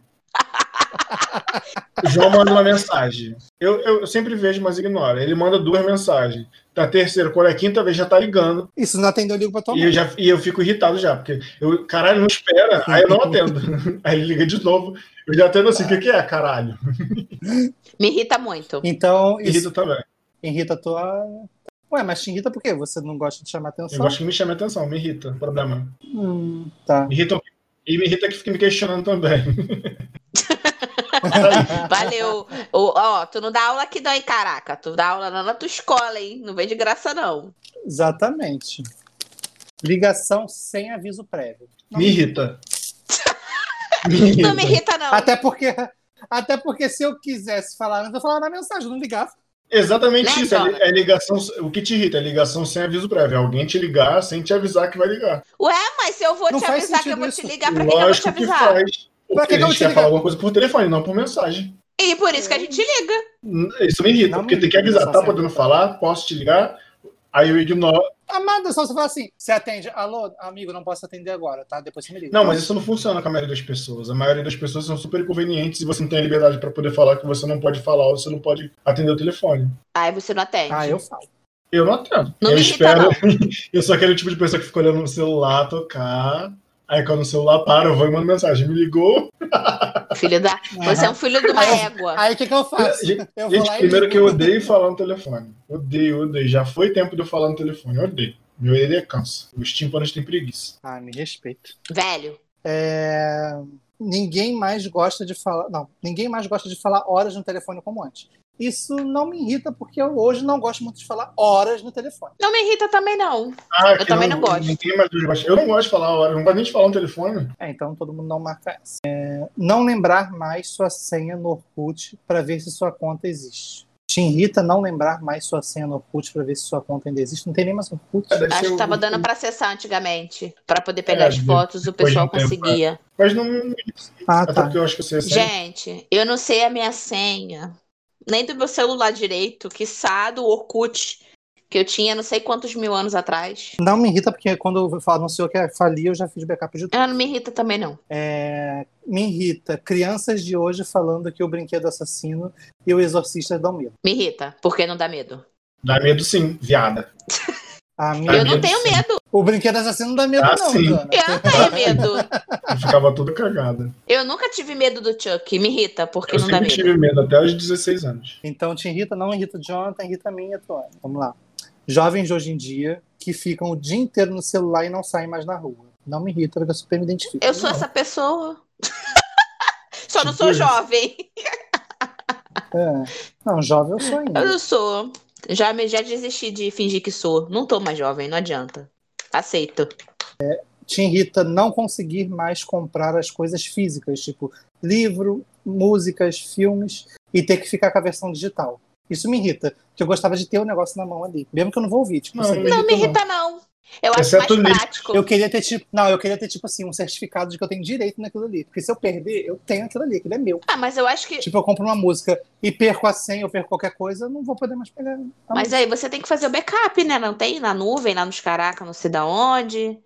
Speaker 3: O João manda uma mensagem. Eu, eu sempre vejo, mas ignoro. Ele manda duas mensagens. Da terceira, quando é a quinta vez, já tá ligando.
Speaker 1: Isso não atendeu, eu ligo pra tua
Speaker 3: E
Speaker 1: mãe.
Speaker 3: eu, já, e eu fico irritado já, porque eu, caralho, não espera. Aí eu não atendo. Aí ele liga de novo. Eu já atendo assim, o que, que é, caralho?
Speaker 2: Me irrita muito.
Speaker 1: Então, isso
Speaker 3: Irrita também.
Speaker 1: irrita a tua. Ué, mas te irrita por quê? Você não gosta de chamar
Speaker 3: Eu
Speaker 1: atenção?
Speaker 3: gosto que me chame atenção, me irrita. Problema.
Speaker 1: Hum, tá.
Speaker 3: Me irrita, e me irrita que fica me questionando também.
Speaker 2: Valeu. Ô, Ó, tu não dá aula aqui não, hein, caraca. Tu dá aula lá na tua escola, hein? Não vem de graça, não.
Speaker 1: Exatamente. Ligação sem aviso prévio.
Speaker 3: Me irrita. Me
Speaker 2: Não me irrita, não.
Speaker 1: Até porque. Até porque se eu quisesse falar antes, eu falava na mensagem, não ligava.
Speaker 3: Exatamente
Speaker 2: Né,
Speaker 3: isso. é li-
Speaker 2: Jonathan?
Speaker 3: É, ligação. O que te irrita é ligação sem aviso prévio. É Alguém te ligar sem te avisar que vai ligar.
Speaker 2: Ué, mas se eu vou
Speaker 1: Não
Speaker 2: te
Speaker 1: faz
Speaker 2: avisar que eu
Speaker 1: sentido
Speaker 2: vou
Speaker 1: isso.
Speaker 2: te ligar, pra que, que eu vou te
Speaker 3: Lógico que
Speaker 2: avisar?
Speaker 3: faz.
Speaker 1: Pra que
Speaker 3: Porque
Speaker 1: que eu
Speaker 3: a
Speaker 1: vou
Speaker 3: gente
Speaker 1: te
Speaker 3: quer
Speaker 1: ligar?
Speaker 3: falar alguma coisa por telefone, não por mensagem.
Speaker 2: E por isso que a gente liga.
Speaker 3: Hum, Isso me irrita,
Speaker 1: Não
Speaker 3: porque
Speaker 1: me
Speaker 3: tem que
Speaker 1: irrita,
Speaker 3: avisar.
Speaker 1: só
Speaker 3: Tá
Speaker 1: sem
Speaker 3: podendo
Speaker 1: avisar.
Speaker 3: falar? Posso te ligar? Aí eu ignoro.
Speaker 1: Amada, só você fala assim: você atende, alô, amigo, não posso atender agora, tá? Depois você me liga.
Speaker 3: Não, mas isso não funciona com a maioria das pessoas. A maioria das pessoas são super convenientes e você não tem a liberdade para poder falar que você não pode falar ou você não pode atender o telefone.
Speaker 2: Aí você não atende.
Speaker 1: Ah, eu falo.
Speaker 3: Eu não atendo.
Speaker 2: Não
Speaker 3: eu
Speaker 2: me irrita,
Speaker 3: espero. eu sou aquele tipo de pessoa que fica olhando no celular, tocar. Aí quando o celular para, eu vou e mando mensagem. Me ligou.
Speaker 2: Filho da. Você é um filho de uma
Speaker 1: Aí-
Speaker 2: égua.
Speaker 1: Aí o que, que Ah. eu faço?
Speaker 3: Gente,
Speaker 1: Eu vou
Speaker 3: gente,
Speaker 1: lá e.
Speaker 3: primeiro
Speaker 1: ligo.
Speaker 3: que eu odeio falar no telefone. Odeio, odeio. Já foi tempo de eu falar no telefone. Eu odeio. Meu ele cansa. Os tímpanos têm preguiça.
Speaker 1: Ah, me respeito.
Speaker 2: Velho.
Speaker 1: É, ninguém mais gosta de falar. Não, ninguém mais gosta de falar horas no telefone como antes. Isso não me irrita, porque eu hoje não gosto muito de falar horas no telefone.
Speaker 2: Não me irrita também, não.
Speaker 3: Ah, que
Speaker 2: também não gosto.
Speaker 3: ninguém mais gosta. Eu não gosto de falar a hora. Eu Não gosto nem de falar no telefone.
Speaker 1: É, então todo mundo não marca essa. É, não lembrar mais sua senha no Orkut para ver se sua conta existe. Te irrita não lembrar mais sua senha no Orkut para ver se sua conta ainda existe? Não tem nem mais Orkut?
Speaker 3: É, deve
Speaker 2: Acho
Speaker 3: ser
Speaker 2: que
Speaker 3: o-
Speaker 2: tava dando pra acessar antigamente. Pra poder pegar
Speaker 3: É,
Speaker 2: as fotos, o pessoal
Speaker 3: depois de um tempo,
Speaker 2: conseguia.
Speaker 3: Mas não. não-
Speaker 1: Ah,
Speaker 3: Até
Speaker 1: tá.
Speaker 3: porque eu acho que você é sempre-
Speaker 2: Gente, eu não sei a minha senha. Nem do meu celular direito, que do Orkut. que eu tinha não sei quantos mil anos atrás.
Speaker 1: Não me irrita, porque quando eu falo- anunciou que falia, eu já fiz backup de tudo.
Speaker 2: Ela Ah, não me irrita também, não.
Speaker 1: É, me irrita. Crianças de hoje falando que o brinquedo assassino e o exorcista dão medo.
Speaker 2: Me irrita, porque não dá medo.
Speaker 3: Dá medo sim, viada.
Speaker 1: A
Speaker 3: Dá
Speaker 2: eu
Speaker 1: minha...
Speaker 2: não
Speaker 3: medo,
Speaker 2: tenho
Speaker 3: sim.
Speaker 2: medo.
Speaker 1: O brinquedo assassino não dá medo,
Speaker 3: Ah,
Speaker 1: não,
Speaker 3: sim.
Speaker 1: Jana.
Speaker 2: Eu não tenho medo.
Speaker 3: Eu ficava tudo cagada.
Speaker 2: Eu nunca tive medo do Chuck. Me irrita, porque
Speaker 3: Eu
Speaker 2: não dá
Speaker 3: sempre
Speaker 2: medo.
Speaker 3: tive medo, até os 16 anos.
Speaker 1: Então te irrita, não irrita o Jonathan, irrita a minha, tu olha. Vamos lá. Jovens de hoje em dia que ficam o dia inteiro no celular e não saem mais na rua. Não me irrita, porque eu super me identifico.
Speaker 2: Eu sou
Speaker 3: Não.
Speaker 2: essa pessoa. Só não
Speaker 3: Tipo
Speaker 2: sou
Speaker 3: isso.
Speaker 2: jovem.
Speaker 1: É. Não, jovem eu sou
Speaker 2: Eu
Speaker 1: ainda.
Speaker 2: não sou. Já, me- já desisti de fingir que sou. Não tô mais jovem, não adianta. Aceito.
Speaker 1: Te irrita não conseguir mais comprar as coisas físicas, tipo livro, músicas, filmes, e ter que ficar com a versão digital. Isso me irrita, porque eu gostava de ter o negócio na mão ali. Mesmo que eu não vou ouvir, tipo,
Speaker 3: Não,
Speaker 1: assim,
Speaker 3: não
Speaker 2: Não me irrita, não. Eu acho
Speaker 3: Exceto
Speaker 2: mais
Speaker 3: livro.
Speaker 2: prático.
Speaker 1: Eu queria ter tipo, não, eu queria ter tipo assim um certificado de que eu tenho direito naquilo ali, porque se eu perder, eu tenho aquilo ali, aquilo é meu.
Speaker 2: Ah, mas eu acho que.
Speaker 1: Tipo, eu compro uma música e perco a senha, eu perco qualquer coisa, eu não vou poder mais pegar. Então, a
Speaker 2: Mas aí você tem que fazer o backup, né? Não tem? Na nuvem, lá nos caraca, não sei da onde.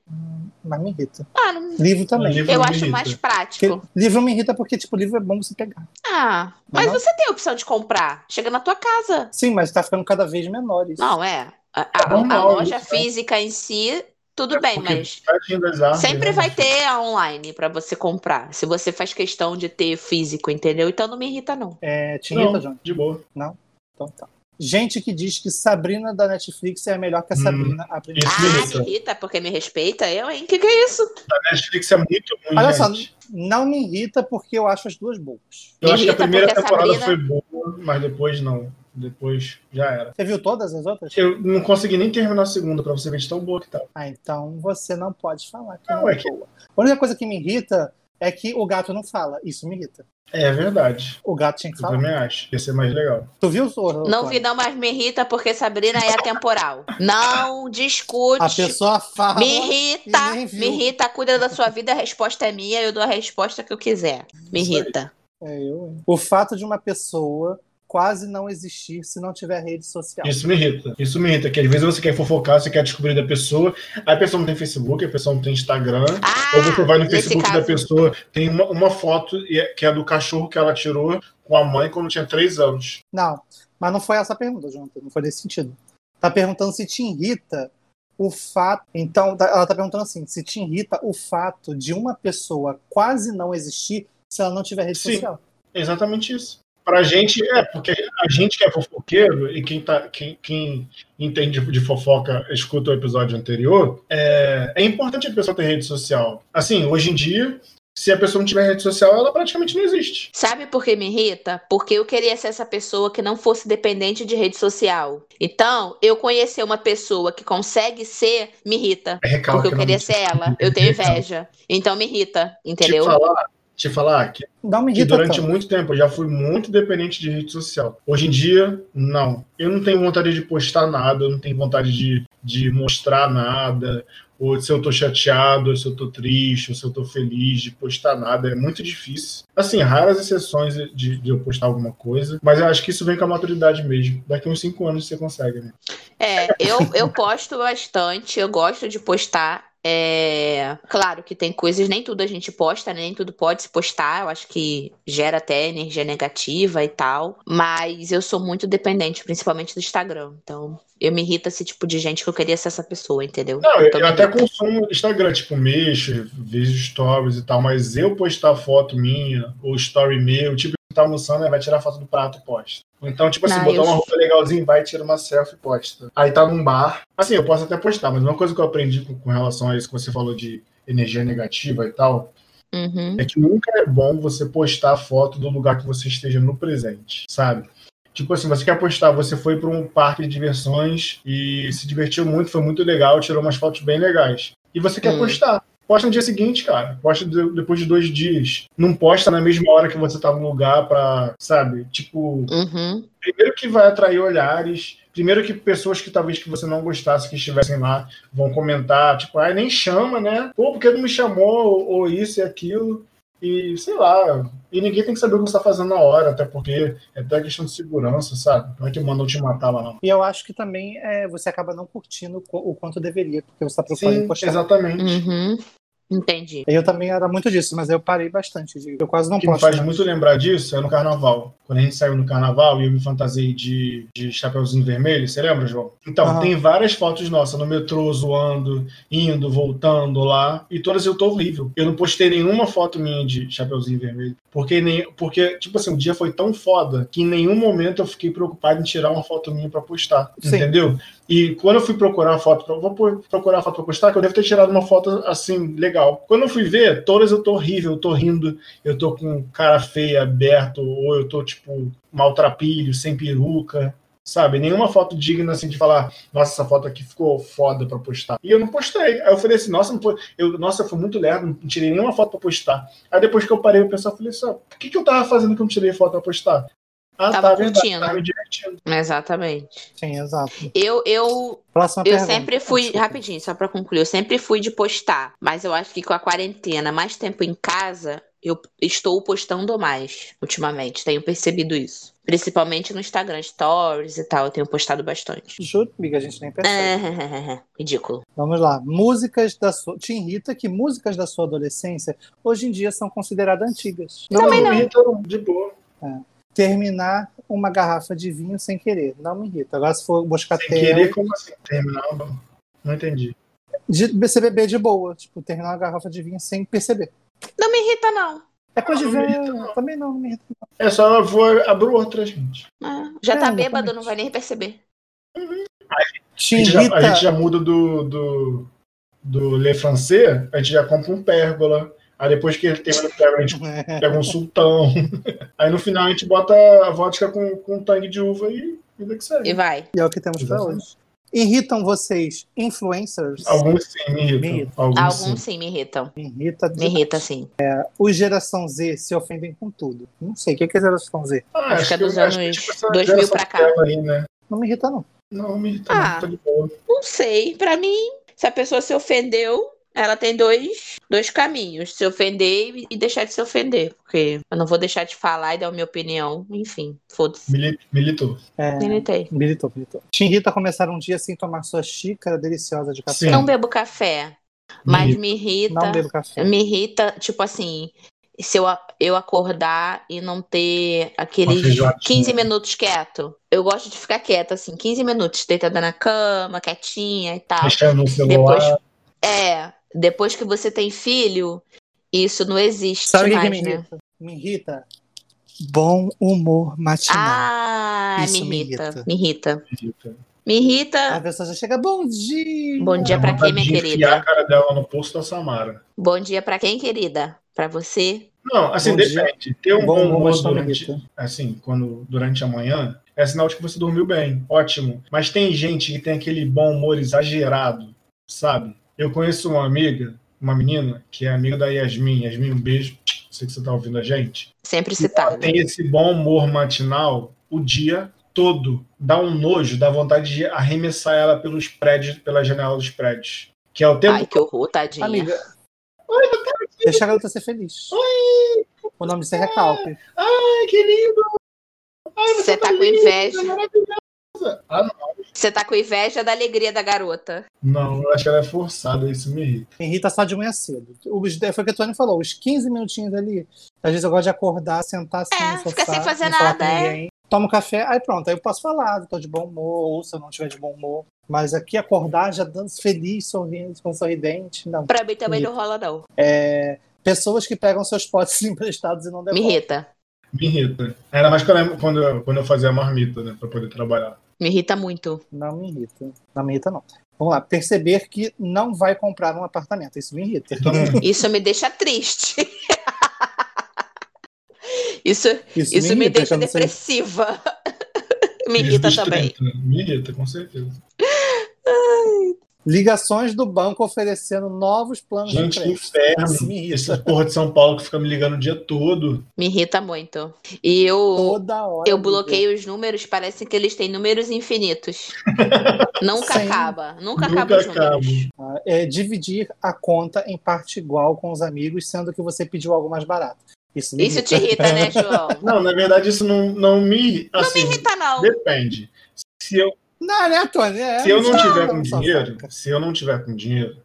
Speaker 1: Mas me irrita.
Speaker 2: Ah, não-
Speaker 1: Livro também.
Speaker 3: Livro
Speaker 2: eu
Speaker 3: me
Speaker 2: acho
Speaker 3: irrita.
Speaker 2: mais
Speaker 1: Porque
Speaker 2: prático.
Speaker 1: livro me irrita porque, tipo, livro é bom você pegar.
Speaker 2: Ah, mas
Speaker 1: Não.
Speaker 2: você tem a opção de comprar. Chega na tua casa.
Speaker 1: Sim, mas tá ficando cada vez menor isso.
Speaker 2: Não, é. A, a- a
Speaker 3: Normal,
Speaker 2: loja
Speaker 3: isso, né?
Speaker 2: física em si, tutudo
Speaker 3: É
Speaker 2: bem,
Speaker 3: porque
Speaker 2: mas.
Speaker 3: tadinho das árvores,
Speaker 2: Sempre
Speaker 3: né,
Speaker 2: vai
Speaker 3: meu filho?
Speaker 2: ter a online pra você comprar. Se você faz questão de ter físico, entendeu? Então não me irrita, não.
Speaker 1: É, te irrita, John?
Speaker 3: Não, de boa.
Speaker 1: Então tá. Gente que diz que Sabrina da Netflix é melhor que a
Speaker 3: Hum,
Speaker 1: Sabrina a primeira.
Speaker 3: isso
Speaker 2: Ah,
Speaker 3: me
Speaker 1: vez.
Speaker 3: irrita.
Speaker 2: me irrita porque me respeita? Eu, hein? Que que é isso?
Speaker 3: A Netflix é muito ruim,
Speaker 1: Olha só,
Speaker 3: gente.
Speaker 1: não me irrita porque eu acho as duas boas.
Speaker 3: Eu acho que a
Speaker 2: irrita
Speaker 3: primeira
Speaker 2: porque a
Speaker 3: temporada
Speaker 2: Sabrina-
Speaker 3: foi boa, mas depois não. Depois já era.
Speaker 1: Você viu todas as outras?
Speaker 3: Eu não consegui nem terminar a segunda pra você ver de tão boa que tá.
Speaker 1: Ah, então você não pode falar que
Speaker 3: Não,
Speaker 1: não é
Speaker 3: é que-
Speaker 1: boa. A única coisa que me irrita é que o gato não fala. Isso me irrita.
Speaker 3: É verdade.
Speaker 1: O gato tinha que
Speaker 3: Eu
Speaker 1: falar.
Speaker 3: também acho. Ia ser mais legal.
Speaker 1: Tu viu o
Speaker 2: Não vi, não, mas me irrita porque Sabrina é atemporal. Não discute.
Speaker 1: A pessoa fala.
Speaker 2: Me irrita,
Speaker 1: e nem viu.
Speaker 2: me irrita, cuida da sua vida, a resposta é minha, eu dou a resposta que eu quiser. Me
Speaker 3: Isso aí.
Speaker 2: irrita.
Speaker 1: É eu, hein? O fato de uma pessoa quase não existir se não tiver rede
Speaker 2: Então.
Speaker 1: social.
Speaker 3: Isso me irrita. Isso me irrita, que às vezes você quer fofocar, você quer descobrir da pessoa, aí a pessoa não tem Facebook, a pessoa não tem Instagram.
Speaker 2: Ah,
Speaker 3: Ou você vai no
Speaker 2: nesse
Speaker 3: Facebook
Speaker 2: caso,
Speaker 3: da pessoa, tem uma, uma foto e é- que é do cachorro que ela tirou com a mãe quando tinha três anos.
Speaker 1: Não, mas não foi essa a pergunta, Jonathan. Não foi nesse sentido. Tá perguntando se te irrita o fato. Então, tá- ela tá perguntando assim: se te irrita o fato de uma pessoa quase não existir se ela não tiver rede
Speaker 3: Sim.
Speaker 1: social.
Speaker 3: É exatamente isso. Pra gente, é, porque a gente que é fofoqueiro e quem, tá, quem, quem entende de fofoca escuta o episódio anterior, é, é importante a pessoa ter rede social. Assim, hoje em dia, se a pessoa não tiver rede social, ela praticamente não existe.
Speaker 2: Sabe por que me irrita? Porque eu queria ser essa pessoa que não fosse dependente de rede social. Então, eu conhecer uma pessoa que consegue ser, me irrita.
Speaker 3: É recalque.
Speaker 2: Porque eu
Speaker 3: né?
Speaker 2: queria ser ela. Eu tenho inveja. Então me irrita,
Speaker 3: te
Speaker 2: entendeu?
Speaker 3: falar, te falar que,
Speaker 1: Não me
Speaker 3: que
Speaker 1: irrita
Speaker 3: durante
Speaker 1: tanto.
Speaker 3: muito tempo eu já fui muito dependente de rede social. Hoje em dia, não. Eu não tenho vontade de postar nada, eu não tenho vontade de, de mostrar nada, ou se eu tô chateado, ou se eu tô triste, ou se eu tô feliz, de postar nada. É muito difícil. Assim, raras exceções de, de eu postar alguma coisa, mas eu acho que isso vem com a maturidade mesmo. Daqui uns cinco anos você consegue, né?
Speaker 2: É, eu, eu posto bastante, eu gosto de postar. É, claro que tem coisas, nem tudo a gente posta, né? nem tudo pode se postar. Eu acho que gera até energia negativa e tal. Mas eu sou muito dependente, principalmente do Instagram. Então, eu me irrita esse tipo de gente que eu queria ser essa pessoa, entendeu?
Speaker 3: Não, eu,
Speaker 2: Então,
Speaker 3: eu
Speaker 2: me
Speaker 3: até
Speaker 2: irrita.
Speaker 3: consumo Instagram, tipo, mexo, vejo stories e tal, mas eu postar foto minha, ou story meu, tipo, tá almoçando, aí vai tirar foto do prato e posta. Ou então, tipo assim,
Speaker 2: Ah,
Speaker 3: botar
Speaker 2: eu-
Speaker 3: uma roupa legalzinha, vai, tira uma selfie e posta. Aí tá num bar. Assim, eu posso até postar, mas uma coisa que eu aprendi com, com relação a isso que você falou de energia negativa e tal,
Speaker 2: Uhum.
Speaker 3: é que nunca é bom você postar foto do lugar que você esteja no presente, sabe? Tipo assim, você quer postar, você foi para um parque de diversões e se divertiu muito, foi muito legal, tirou umas fotos bem legais. E você quer
Speaker 2: Hum.
Speaker 3: postar. Posta no dia seguinte, cara. Posta de- depois de dois dias. Não posta na mesma hora que você tá no lugar pra, sabe? Tipo,
Speaker 2: Uhum.
Speaker 3: primeiro que vai atrair olhares, primeiro que pessoas que talvez que você não gostasse que estivessem lá vão comentar, tipo, ai, nem chama, né? Pô, porque não me chamou, ou, ou isso e aquilo. E sei lá, E ninguém tem que saber o que você tá fazendo na hora, até porque é até questão de segurança, sabe? Não é que mandam te matar lá, não.
Speaker 1: E eu acho que também é, você acaba não curtindo co- o quanto deveria, porque você tá procurando
Speaker 3: Sim,
Speaker 1: postar.
Speaker 3: exatamente.
Speaker 2: Uhum. Entendi.
Speaker 1: Eu também era muito disso, mas eu parei bastante. de- Eu quase não
Speaker 3: O que me
Speaker 1: posto.
Speaker 3: faz
Speaker 1: né?
Speaker 3: muito lembrar disso é no carnaval. Quando a gente saiu no carnaval e eu me fantasiei de, de chapeuzinho vermelho, você lembra, João? Então,
Speaker 1: Aham.
Speaker 3: tem várias fotos nossas no metrô, zoando, indo, voltando lá, e todas eu tô horrível. Eu não postei nenhuma foto minha de chapeuzinho vermelho, porque, nem, porque tipo assim, o dia foi tão foda que em nenhum momento eu fiquei preocupado em tirar uma foto minha pra postar,
Speaker 1: Sim.
Speaker 3: entendeu? E quando eu fui procurar a foto, pra, vou pôr- procurar a foto pra postar, que eu devo ter tirado uma foto assim, legal. Quando eu fui ver, todas eu tô horrível, eu tô rindo, eu tô com cara feia aberto, ou eu tô, tipo, maltrapilho, sem peruca, sabe? Nenhuma foto digna, assim, de falar, nossa, essa foto aqui ficou foda pra postar. E eu não postei. Aí eu falei assim, nossa, não po- eu, nossa, eu fui muito lerdo, não tirei nenhuma foto pra postar. Aí depois que eu parei, eu pensei, eu falei assim, ó, por que, que eu tava fazendo que eu não tirei foto pra postar? Ah,
Speaker 2: Tava
Speaker 3: tá, é verdade,
Speaker 2: curtindo.
Speaker 3: tava me divertindo.
Speaker 2: Exatamente.
Speaker 1: Sim, exato.
Speaker 2: Eu, eu,
Speaker 1: Próxima
Speaker 2: eu
Speaker 1: pergunta. então,
Speaker 2: sempre fui,
Speaker 1: Desculpa.
Speaker 2: rapidinho, só pra concluir, eu sempre fui de postar, mas eu acho que com a quarentena, mais tempo em casa, eu estou postando mais ultimamente, tenho percebido isso. Principalmente no Instagram Stories e tal, eu tenho postado bastante.
Speaker 1: Juro, amiga, a gente nem percebe.
Speaker 2: É, ridículo.
Speaker 1: Vamos lá. Músicas da sua. Te irrita que músicas da sua adolescência hoje em dia são consideradas antigas.
Speaker 3: Não,
Speaker 2: Também
Speaker 3: não
Speaker 2: não.
Speaker 3: me irritou, então, de boa.
Speaker 1: Terminar uma garrafa de vinho sem querer. Não me irrita. Agora, se for buscar
Speaker 3: Sem
Speaker 1: tela-
Speaker 3: querer, como assim? Terminava. Não entendi.
Speaker 1: de você beber de boa. Tipo, terminar uma garrafa de vinho sem perceber.
Speaker 2: Não me irrita, não.
Speaker 1: É coisa de
Speaker 3: Não, não me
Speaker 1: velho. Também não, não me irrita.
Speaker 3: É só eu vou abrir outra, gente.
Speaker 2: Ah, já
Speaker 1: É,
Speaker 2: tá
Speaker 1: exatamente.
Speaker 2: bêbado, não vai nem perceber.
Speaker 1: Te
Speaker 3: A gente, já, a
Speaker 1: irrita.
Speaker 3: gente já muda do, do, do Le Francais, a gente já compra um pérgola. Aí depois que ele termina o pérgola, a gente pega um sultão. Aí no final a gente bota a vodka com, com tangue de uva e vida que
Speaker 2: E
Speaker 3: segue.
Speaker 2: vai.
Speaker 1: E é o que temos pra
Speaker 3: Exatamente.
Speaker 1: hoje. Irritam vocês influencers?
Speaker 3: Alguns sim, me
Speaker 1: Me
Speaker 3: irritam.
Speaker 1: irritam.
Speaker 3: Alguns,
Speaker 2: Alguns
Speaker 3: sim.
Speaker 2: sim me irritam.
Speaker 1: Me irrita.
Speaker 2: Me irrita, sim.
Speaker 1: Os geração Z se ofendem com tudo. Não sei, o que é que é geração Z?
Speaker 3: Ah,
Speaker 2: Acho que é dos anos
Speaker 3: essa
Speaker 2: 2000
Speaker 3: geração
Speaker 2: pra cá.
Speaker 3: dela Aí, né?
Speaker 1: Não me irrita, não.
Speaker 3: Não, me irrita,
Speaker 2: Ah.
Speaker 3: não, tá de boa.
Speaker 2: Não sei. Pra mim, se a pessoa se ofendeu, ela tem dois, dois caminhos: se ofender e- e deixar de se ofender. Porque eu não vou deixar de falar e dar a minha opinião. Enfim, foda-se.
Speaker 3: Mili- Militou.
Speaker 1: É,
Speaker 2: Militei.
Speaker 1: militou, militou. Te irrita começar um dia sem tomar sua xícara deliciosa de café?
Speaker 3: Sim.
Speaker 2: Não bebo café, mas me
Speaker 1: Não
Speaker 2: irrita.
Speaker 1: bebo café.
Speaker 2: Me irrita, tipo assim, se eu, a- eu acordar e não ter
Speaker 3: Uma
Speaker 2: aqueles
Speaker 3: feijoadinha.
Speaker 2: 15 minutos quieto. Eu gosto de ficar quieta, assim, 15 minutos, deitada na cama, quietinha e tal.
Speaker 3: Mexendo no celular.
Speaker 2: Depois, é, depois que você tem filho, isso não existe
Speaker 1: Sabe o que, que me
Speaker 2: mais, né?
Speaker 1: irrita? Me irrita? Bom humor matinal.
Speaker 2: Ah,
Speaker 1: Isso
Speaker 2: me
Speaker 1: me
Speaker 2: irrita,
Speaker 1: irrita.
Speaker 2: me irrita.
Speaker 3: irrita.
Speaker 2: Me irrita.
Speaker 1: A pessoa já chega, bom dia!
Speaker 2: Bom dia pra
Speaker 3: Vontade
Speaker 2: quem, minha
Speaker 3: de enfiar
Speaker 2: querida?
Speaker 3: a cara dela no posto da Samara.
Speaker 2: Bom dia pra quem, querida? Pra você?
Speaker 3: Não, assim,
Speaker 1: Bom dia.
Speaker 3: depende. Ter
Speaker 1: bom
Speaker 3: um bom
Speaker 1: humor
Speaker 3: humor
Speaker 1: matinal me
Speaker 3: durante,
Speaker 1: irrita.
Speaker 3: assim, quando durante a manhã, é sinal de que você dormiu bem, ótimo. Mas tem gente que tem aquele bom humor exagerado, sabe? Eu conheço uma amiga, uma menina, que é amiga da Yasmin. Yasmin, um beijo. Sei que você tá ouvindo a gente.
Speaker 2: Sempre tá.
Speaker 3: Ela
Speaker 2: citado.
Speaker 3: tem esse bom humor matinal o dia todo. Dá um nojo, dá vontade de arremessar ela pelos prédios, pela janela dos prédios. Que é o tempo
Speaker 2: Ai, que horror, tadinha.
Speaker 1: Amiga. Deixa a garota ser feliz. O nome disso é recalque.
Speaker 3: Ai, que lindo! Ai,
Speaker 2: Você tá com inveja.
Speaker 3: maravilhosa! Ah, não.
Speaker 2: Você tá com inveja da alegria da garota.
Speaker 3: não, eu acho que ela é forçada, isso me irrita.
Speaker 1: Me irrita tá só de manhã cedo. Os, foi o que a Tony falou, os 15 minutinhos ali. Às vezes eu gosto de acordar, sentar assim
Speaker 2: É,
Speaker 1: no sofá,
Speaker 2: fica sem fazer
Speaker 1: não falar
Speaker 2: nada,
Speaker 1: com
Speaker 2: é.
Speaker 1: ninguém. Tomo café, aí pronto, aí eu posso falar, tô de bom humor, ou se eu não tiver de bom humor. Mas aqui acordar já dando feliz, sorrindo, com um sorridente, não.
Speaker 2: Pra mim também não rola, não.
Speaker 3: Tá
Speaker 1: É, pessoas que pegam seus potes emprestados e não
Speaker 2: Me
Speaker 1: devolvem.
Speaker 2: irrita.
Speaker 3: Me irrita. Ainda mais quando eu, quando, eu- quando eu fazia a marmita, né? Pra poder trabalhar.
Speaker 2: Me irrita muito.
Speaker 1: Não me irrita. Não me irrita, não. Vamos lá. Perceber que não vai comprar um apartamento. Isso me irrita.
Speaker 3: Então,
Speaker 2: Isso me deixa triste. Isso,
Speaker 1: Isso,
Speaker 2: isso me
Speaker 1: que
Speaker 2: deixa
Speaker 1: eu não sei-
Speaker 2: depressiva. Me
Speaker 3: isso
Speaker 2: irrita
Speaker 3: dos
Speaker 2: também.
Speaker 3: 30, Me irrita, com certeza.
Speaker 1: Ligações do banco oferecendo novos planos de
Speaker 3: Gente, que
Speaker 1: crédito. Isso
Speaker 3: inferno.
Speaker 1: me irrita.
Speaker 3: Essa porra de São Paulo que fica me ligando o dia todo.
Speaker 2: Me irrita muito. E eu,
Speaker 1: Toda hora.
Speaker 2: eu
Speaker 1: liga.
Speaker 2: bloqueio os números, parece que eles têm números infinitos. Nunca
Speaker 1: Sim.
Speaker 2: acaba. Nunca, acaba
Speaker 3: Nunca
Speaker 2: os
Speaker 3: acabo.
Speaker 2: números.
Speaker 1: Ah, É dividir a conta em parte igual com os amigos, sendo que você pediu algo mais barato. Isso me
Speaker 2: Isso te irrita, né, João?
Speaker 3: Não, na verdade, isso não, não me.
Speaker 2: Não me
Speaker 3: Assim,
Speaker 2: irrita, não.
Speaker 3: depende. Se eu,
Speaker 1: Não, né, Tony? É,
Speaker 3: se eu não tiver com
Speaker 1: não, só
Speaker 3: dinheiro,
Speaker 1: saca.
Speaker 3: se eu não tiver com dinheiro,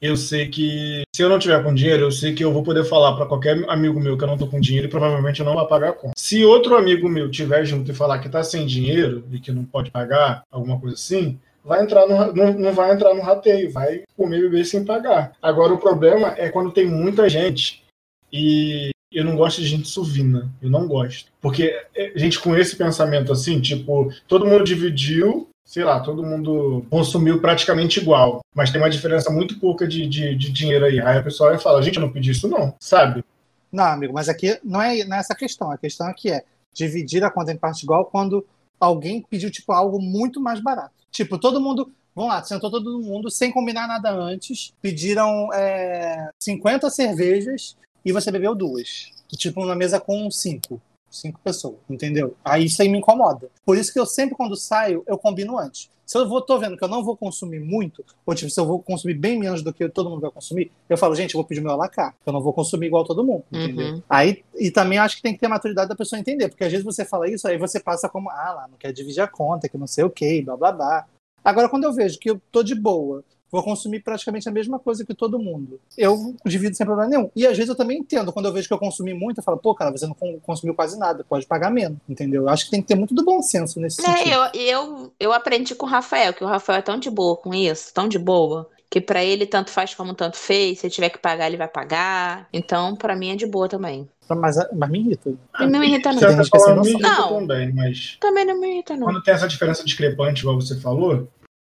Speaker 3: eu sei que. Se eu não tiver com dinheiro, eu sei que eu vou poder falar pra qualquer amigo meu que eu não tô com dinheiro e provavelmente eu não vai pagar a conta. Se outro amigo meu tiver junto e falar que tá sem dinheiro e que não pode pagar, alguma coisa assim. Vai entrar no, ra- não, não vai entrar no rateio, vai comer e beber sem pagar. Agora, o problema é quando tem muita gente e eu não gosto de gente suvina. Eu não gosto. Porque é, gente com esse pensamento assim, tipo, todo mundo dividiu, sei lá, todo mundo consumiu praticamente igual. Mas tem uma diferença muito pouca de, de, de dinheiro aí. Aí a pessoa vai falar, gente, eu não pedi isso não, sabe?
Speaker 1: Não, amigo, mas aqui não é, não é essa a questão. A questão aqui é dividir a conta em parte igual quando alguém pediu, tipo, algo muito mais barato. Tipo, todo mundo. Vamos lá, sentou todo mundo sem combinar nada antes. Pediram é, 50 cervejas e você bebeu duas. Tipo, uma mesa com cinco. Cinco pessoas, entendeu? Aí isso aí me incomoda. Por isso que eu sempre, quando saio, eu combino antes. Se eu vou, tô vendo que eu não vou consumir muito, ou tipo, se eu vou consumir bem menos do que todo mundo vai consumir, eu falo, gente, eu vou pedir meu alacar. Eu não vou consumir igual todo mundo, entendeu?
Speaker 2: Uhum.
Speaker 1: Aí, e também acho que tem que ter maturidade da pessoa entender, porque às vezes você fala isso, aí você passa como, ah, lá, não quer dividir a conta, que não sei o quê, blá blá blá. Agora, quando eu vejo que eu tô de boa, vou consumir praticamente a mesma coisa que todo mundo, eu divido sem problema nenhum. E às vezes eu também entendo, quando eu vejo que eu consumi muito, eu falo, pô, cara, você não con- consumiu quase nada, pode pagar menos, entendeu? Eu acho que tem que ter muito do bom senso nesse sentido.
Speaker 2: É, eu, eu, eu aprendi com o Rafael, que o Rafael é tão de boa com isso, tão de boa, que pra ele tanto faz como tanto fez, se tiver que pagar, ele vai pagar. Então, pra mim é de boa também.
Speaker 1: Mas, ah, mas me irrita.
Speaker 2: E
Speaker 3: Ah,
Speaker 2: não me irrita, não.
Speaker 1: Tem gente que é sem
Speaker 3: me
Speaker 1: noção.
Speaker 3: irrita
Speaker 2: Não.
Speaker 3: também, mas
Speaker 2: Também não me irrita, não.
Speaker 3: quando tem essa diferença discrepante, igual você falou,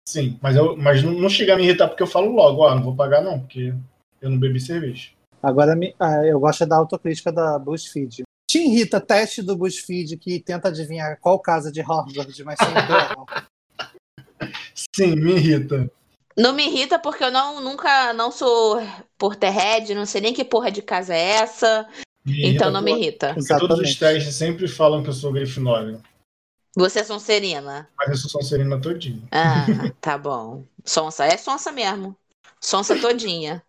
Speaker 3: sim, mas, eu, mas não, não chega a me irritar porque eu falo logo, ó, não vou pagar não, porque eu não bebi cerveja.
Speaker 1: Agora me- ah, eu gosto da autocrítica da BuzzFeed. Te irrita teste do BuzzFeed que tenta adivinhar qual casa de Harvard, mas sem ideal.
Speaker 3: Sim, me irrita.
Speaker 2: Não me irrita porque eu não, nunca, não sou porterhead, não sei nem que porra de casa é essa,
Speaker 3: Me
Speaker 2: então não me
Speaker 3: pô.
Speaker 2: irrita.
Speaker 3: Porque todos os
Speaker 1: Exatamente.
Speaker 3: testes sempre falam que eu sou Grifinória,
Speaker 2: Você é Sonserina?
Speaker 3: mas eu sou Sonserina todinha.
Speaker 2: Ah, tá bom. Sonsa, é sonsa mesmo. Sonsa todinha.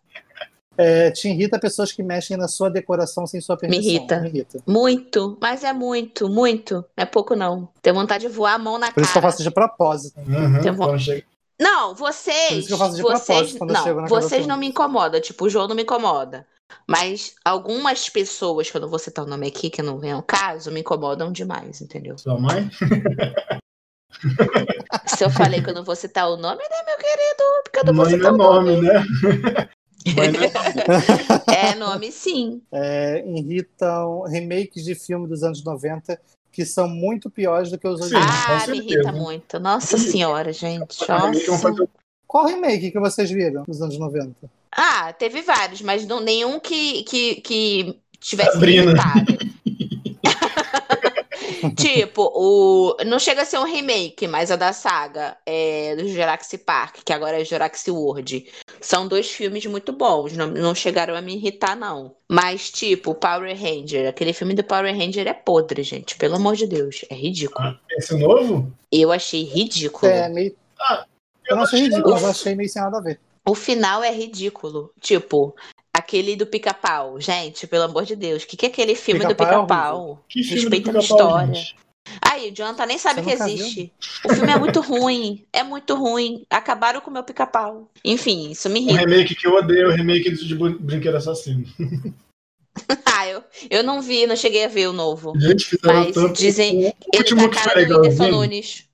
Speaker 1: É, te irrita pessoas que mexem na sua decoração sem sua permissão.
Speaker 2: irrita.
Speaker 1: Me irrita.
Speaker 2: Muito, mas é muito, muito. Não é pouco, não. Tenho vontade de voar a mão na
Speaker 1: Por isso que eu
Speaker 2: cara.
Speaker 1: faço de propósito.
Speaker 3: Uhum,
Speaker 2: Eu Então, vou-
Speaker 3: quando chega-
Speaker 2: Não,
Speaker 1: Por
Speaker 2: vocês.
Speaker 1: isso que eu faço de
Speaker 2: vocês
Speaker 1: propósito quando eu
Speaker 2: não,
Speaker 1: chego na casa
Speaker 2: vocês
Speaker 1: da
Speaker 2: não me incomodam. Tipo, o João não me incomoda. Mas algumas pessoas, quando você tá o nome aqui, que não vem ao caso, me incomodam demais, entendeu?
Speaker 3: Sua mãe?
Speaker 2: Se eu falei que eu não vou citar o nome, né, meu querido? Porque eu não vou
Speaker 3: Mãe não
Speaker 2: citar
Speaker 3: é
Speaker 2: o nome.
Speaker 3: nome, né? Mãe não é nome.
Speaker 2: É nome, sim.
Speaker 1: É, irritam remakes de filme dos anos 90 que são muito piores do que os
Speaker 3: Sim.
Speaker 1: originais.
Speaker 2: ah,
Speaker 3: com
Speaker 2: me
Speaker 3: certeza.
Speaker 2: irrita muito. Nossa senhora, gente.
Speaker 3: Também que eu
Speaker 2: Nossa.
Speaker 3: vou fazer-
Speaker 1: Qual remake que vocês viram dos anos 90?
Speaker 2: Ah, teve vários, mas não, nenhum que, que, que tivesse
Speaker 3: Sabrina.
Speaker 2: irritado. tipo, o. Não chega a ser um remake, mas a da saga é, do Jurassic Park, que agora é Jurassic World. São dois filmes muito bons, não, não chegaram a me irritar, não. Mas, tipo, Power Ranger, aquele filme do Power Ranger é podre, gente. Pelo amor de Deus, é ridículo.
Speaker 3: Esse novo?
Speaker 2: Eu achei ridículo.
Speaker 1: É, meio...
Speaker 3: Ah,
Speaker 1: Eu não achei
Speaker 3: achei um
Speaker 1: ridículo,
Speaker 2: novo.
Speaker 1: eu achei meio sem nada a ver.
Speaker 2: O final é ridículo. Tipo, aquele do pica-pau. Gente, pelo amor de Deus, o que, que é aquele filme do
Speaker 1: Pica-Pau é
Speaker 2: pica-pau?
Speaker 3: Que filme
Speaker 2: Respeita
Speaker 3: do
Speaker 2: a
Speaker 3: Pica-Pau,
Speaker 2: história.
Speaker 3: gente?
Speaker 2: Aí, o Jonathan nem sabe
Speaker 1: Você
Speaker 2: que
Speaker 1: nunca viu?
Speaker 2: existe. O filme é muito ruim. É muito ruim. Acabaram com o meu pica-pau. Enfim, isso me
Speaker 3: Um
Speaker 2: irrita.
Speaker 3: remake que eu odeio, o remake de Brin- Brinquedo Assassino.
Speaker 2: Ah, eu, eu não vi, não cheguei a ver o novo.
Speaker 3: Gente, fizeram
Speaker 2: Mas
Speaker 3: tanto.
Speaker 2: dizem.
Speaker 3: O
Speaker 2: Ele tá
Speaker 3: último
Speaker 2: a
Speaker 3: que
Speaker 2: cara
Speaker 3: foi
Speaker 2: do Whindersson
Speaker 3: legalzinho,
Speaker 2: Nunes.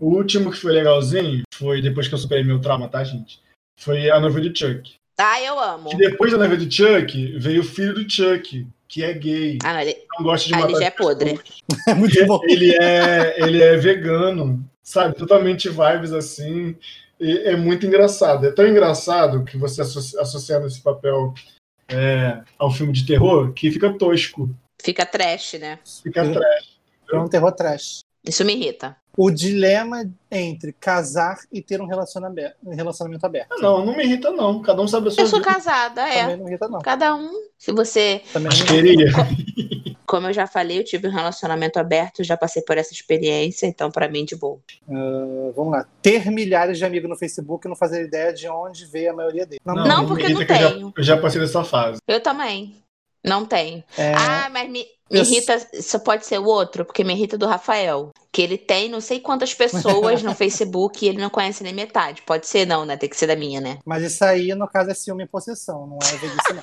Speaker 3: o último que foi legalzinho foi depois que eu superei meu trauma, tá, gente? Foi a noiva de Chuck.
Speaker 2: Ah, eu amo.
Speaker 3: Que depois da noiva de Chuck, veio o filho do Chuck, que é gay,
Speaker 2: Ah, não, ele,
Speaker 3: não gosta de
Speaker 2: ah, ele
Speaker 3: matar
Speaker 2: já é podre.
Speaker 1: É muito bom.
Speaker 3: ele é, ele é vegano, sabe? Totalmente vibes assim. E é muito engraçado. É tão engraçado que você associa, associando esse papel é, ao filme de terror que fica tosco,
Speaker 2: Fica trash, né?
Speaker 3: fica né?
Speaker 1: Uhum.
Speaker 3: trash.
Speaker 1: É um terror trash.
Speaker 2: Isso me irrita.
Speaker 1: O dilema entre casar e ter um relacionamento, um relacionamento aberto.
Speaker 3: Ah, não, não me irrita, não. Cada um sabe a sua
Speaker 2: Eu sou
Speaker 3: vida.
Speaker 2: casada, é.
Speaker 1: Também não irrita, não.
Speaker 2: Cada um. Se você
Speaker 1: Também
Speaker 3: Mas
Speaker 1: não irrita.
Speaker 3: queria.
Speaker 2: Como eu já falei, eu tive um relacionamento aberto, já passei por essa experiência, então pra mim de boa.
Speaker 1: Uh, vamos lá. Ter milhares de amigos no Facebook e não fazer ideia de onde veio a maioria deles.
Speaker 2: Não,
Speaker 3: me
Speaker 2: porque eu não
Speaker 3: irrita que eu já-
Speaker 2: tenho.
Speaker 3: Eu já passei dessa fase.
Speaker 2: Eu também. Não tem.
Speaker 1: É,
Speaker 2: Ah, mas me, me
Speaker 1: Eu-
Speaker 2: irrita. Só pode ser o outro, porque me irrita do Rafael. Que ele tem não sei quantas pessoas no Facebook e ele não conhece nem metade. Pode ser, não, né? Tem que ser da minha, né?
Speaker 1: Mas isso aí, no caso, é ciúme e possessão, não é velhice, não.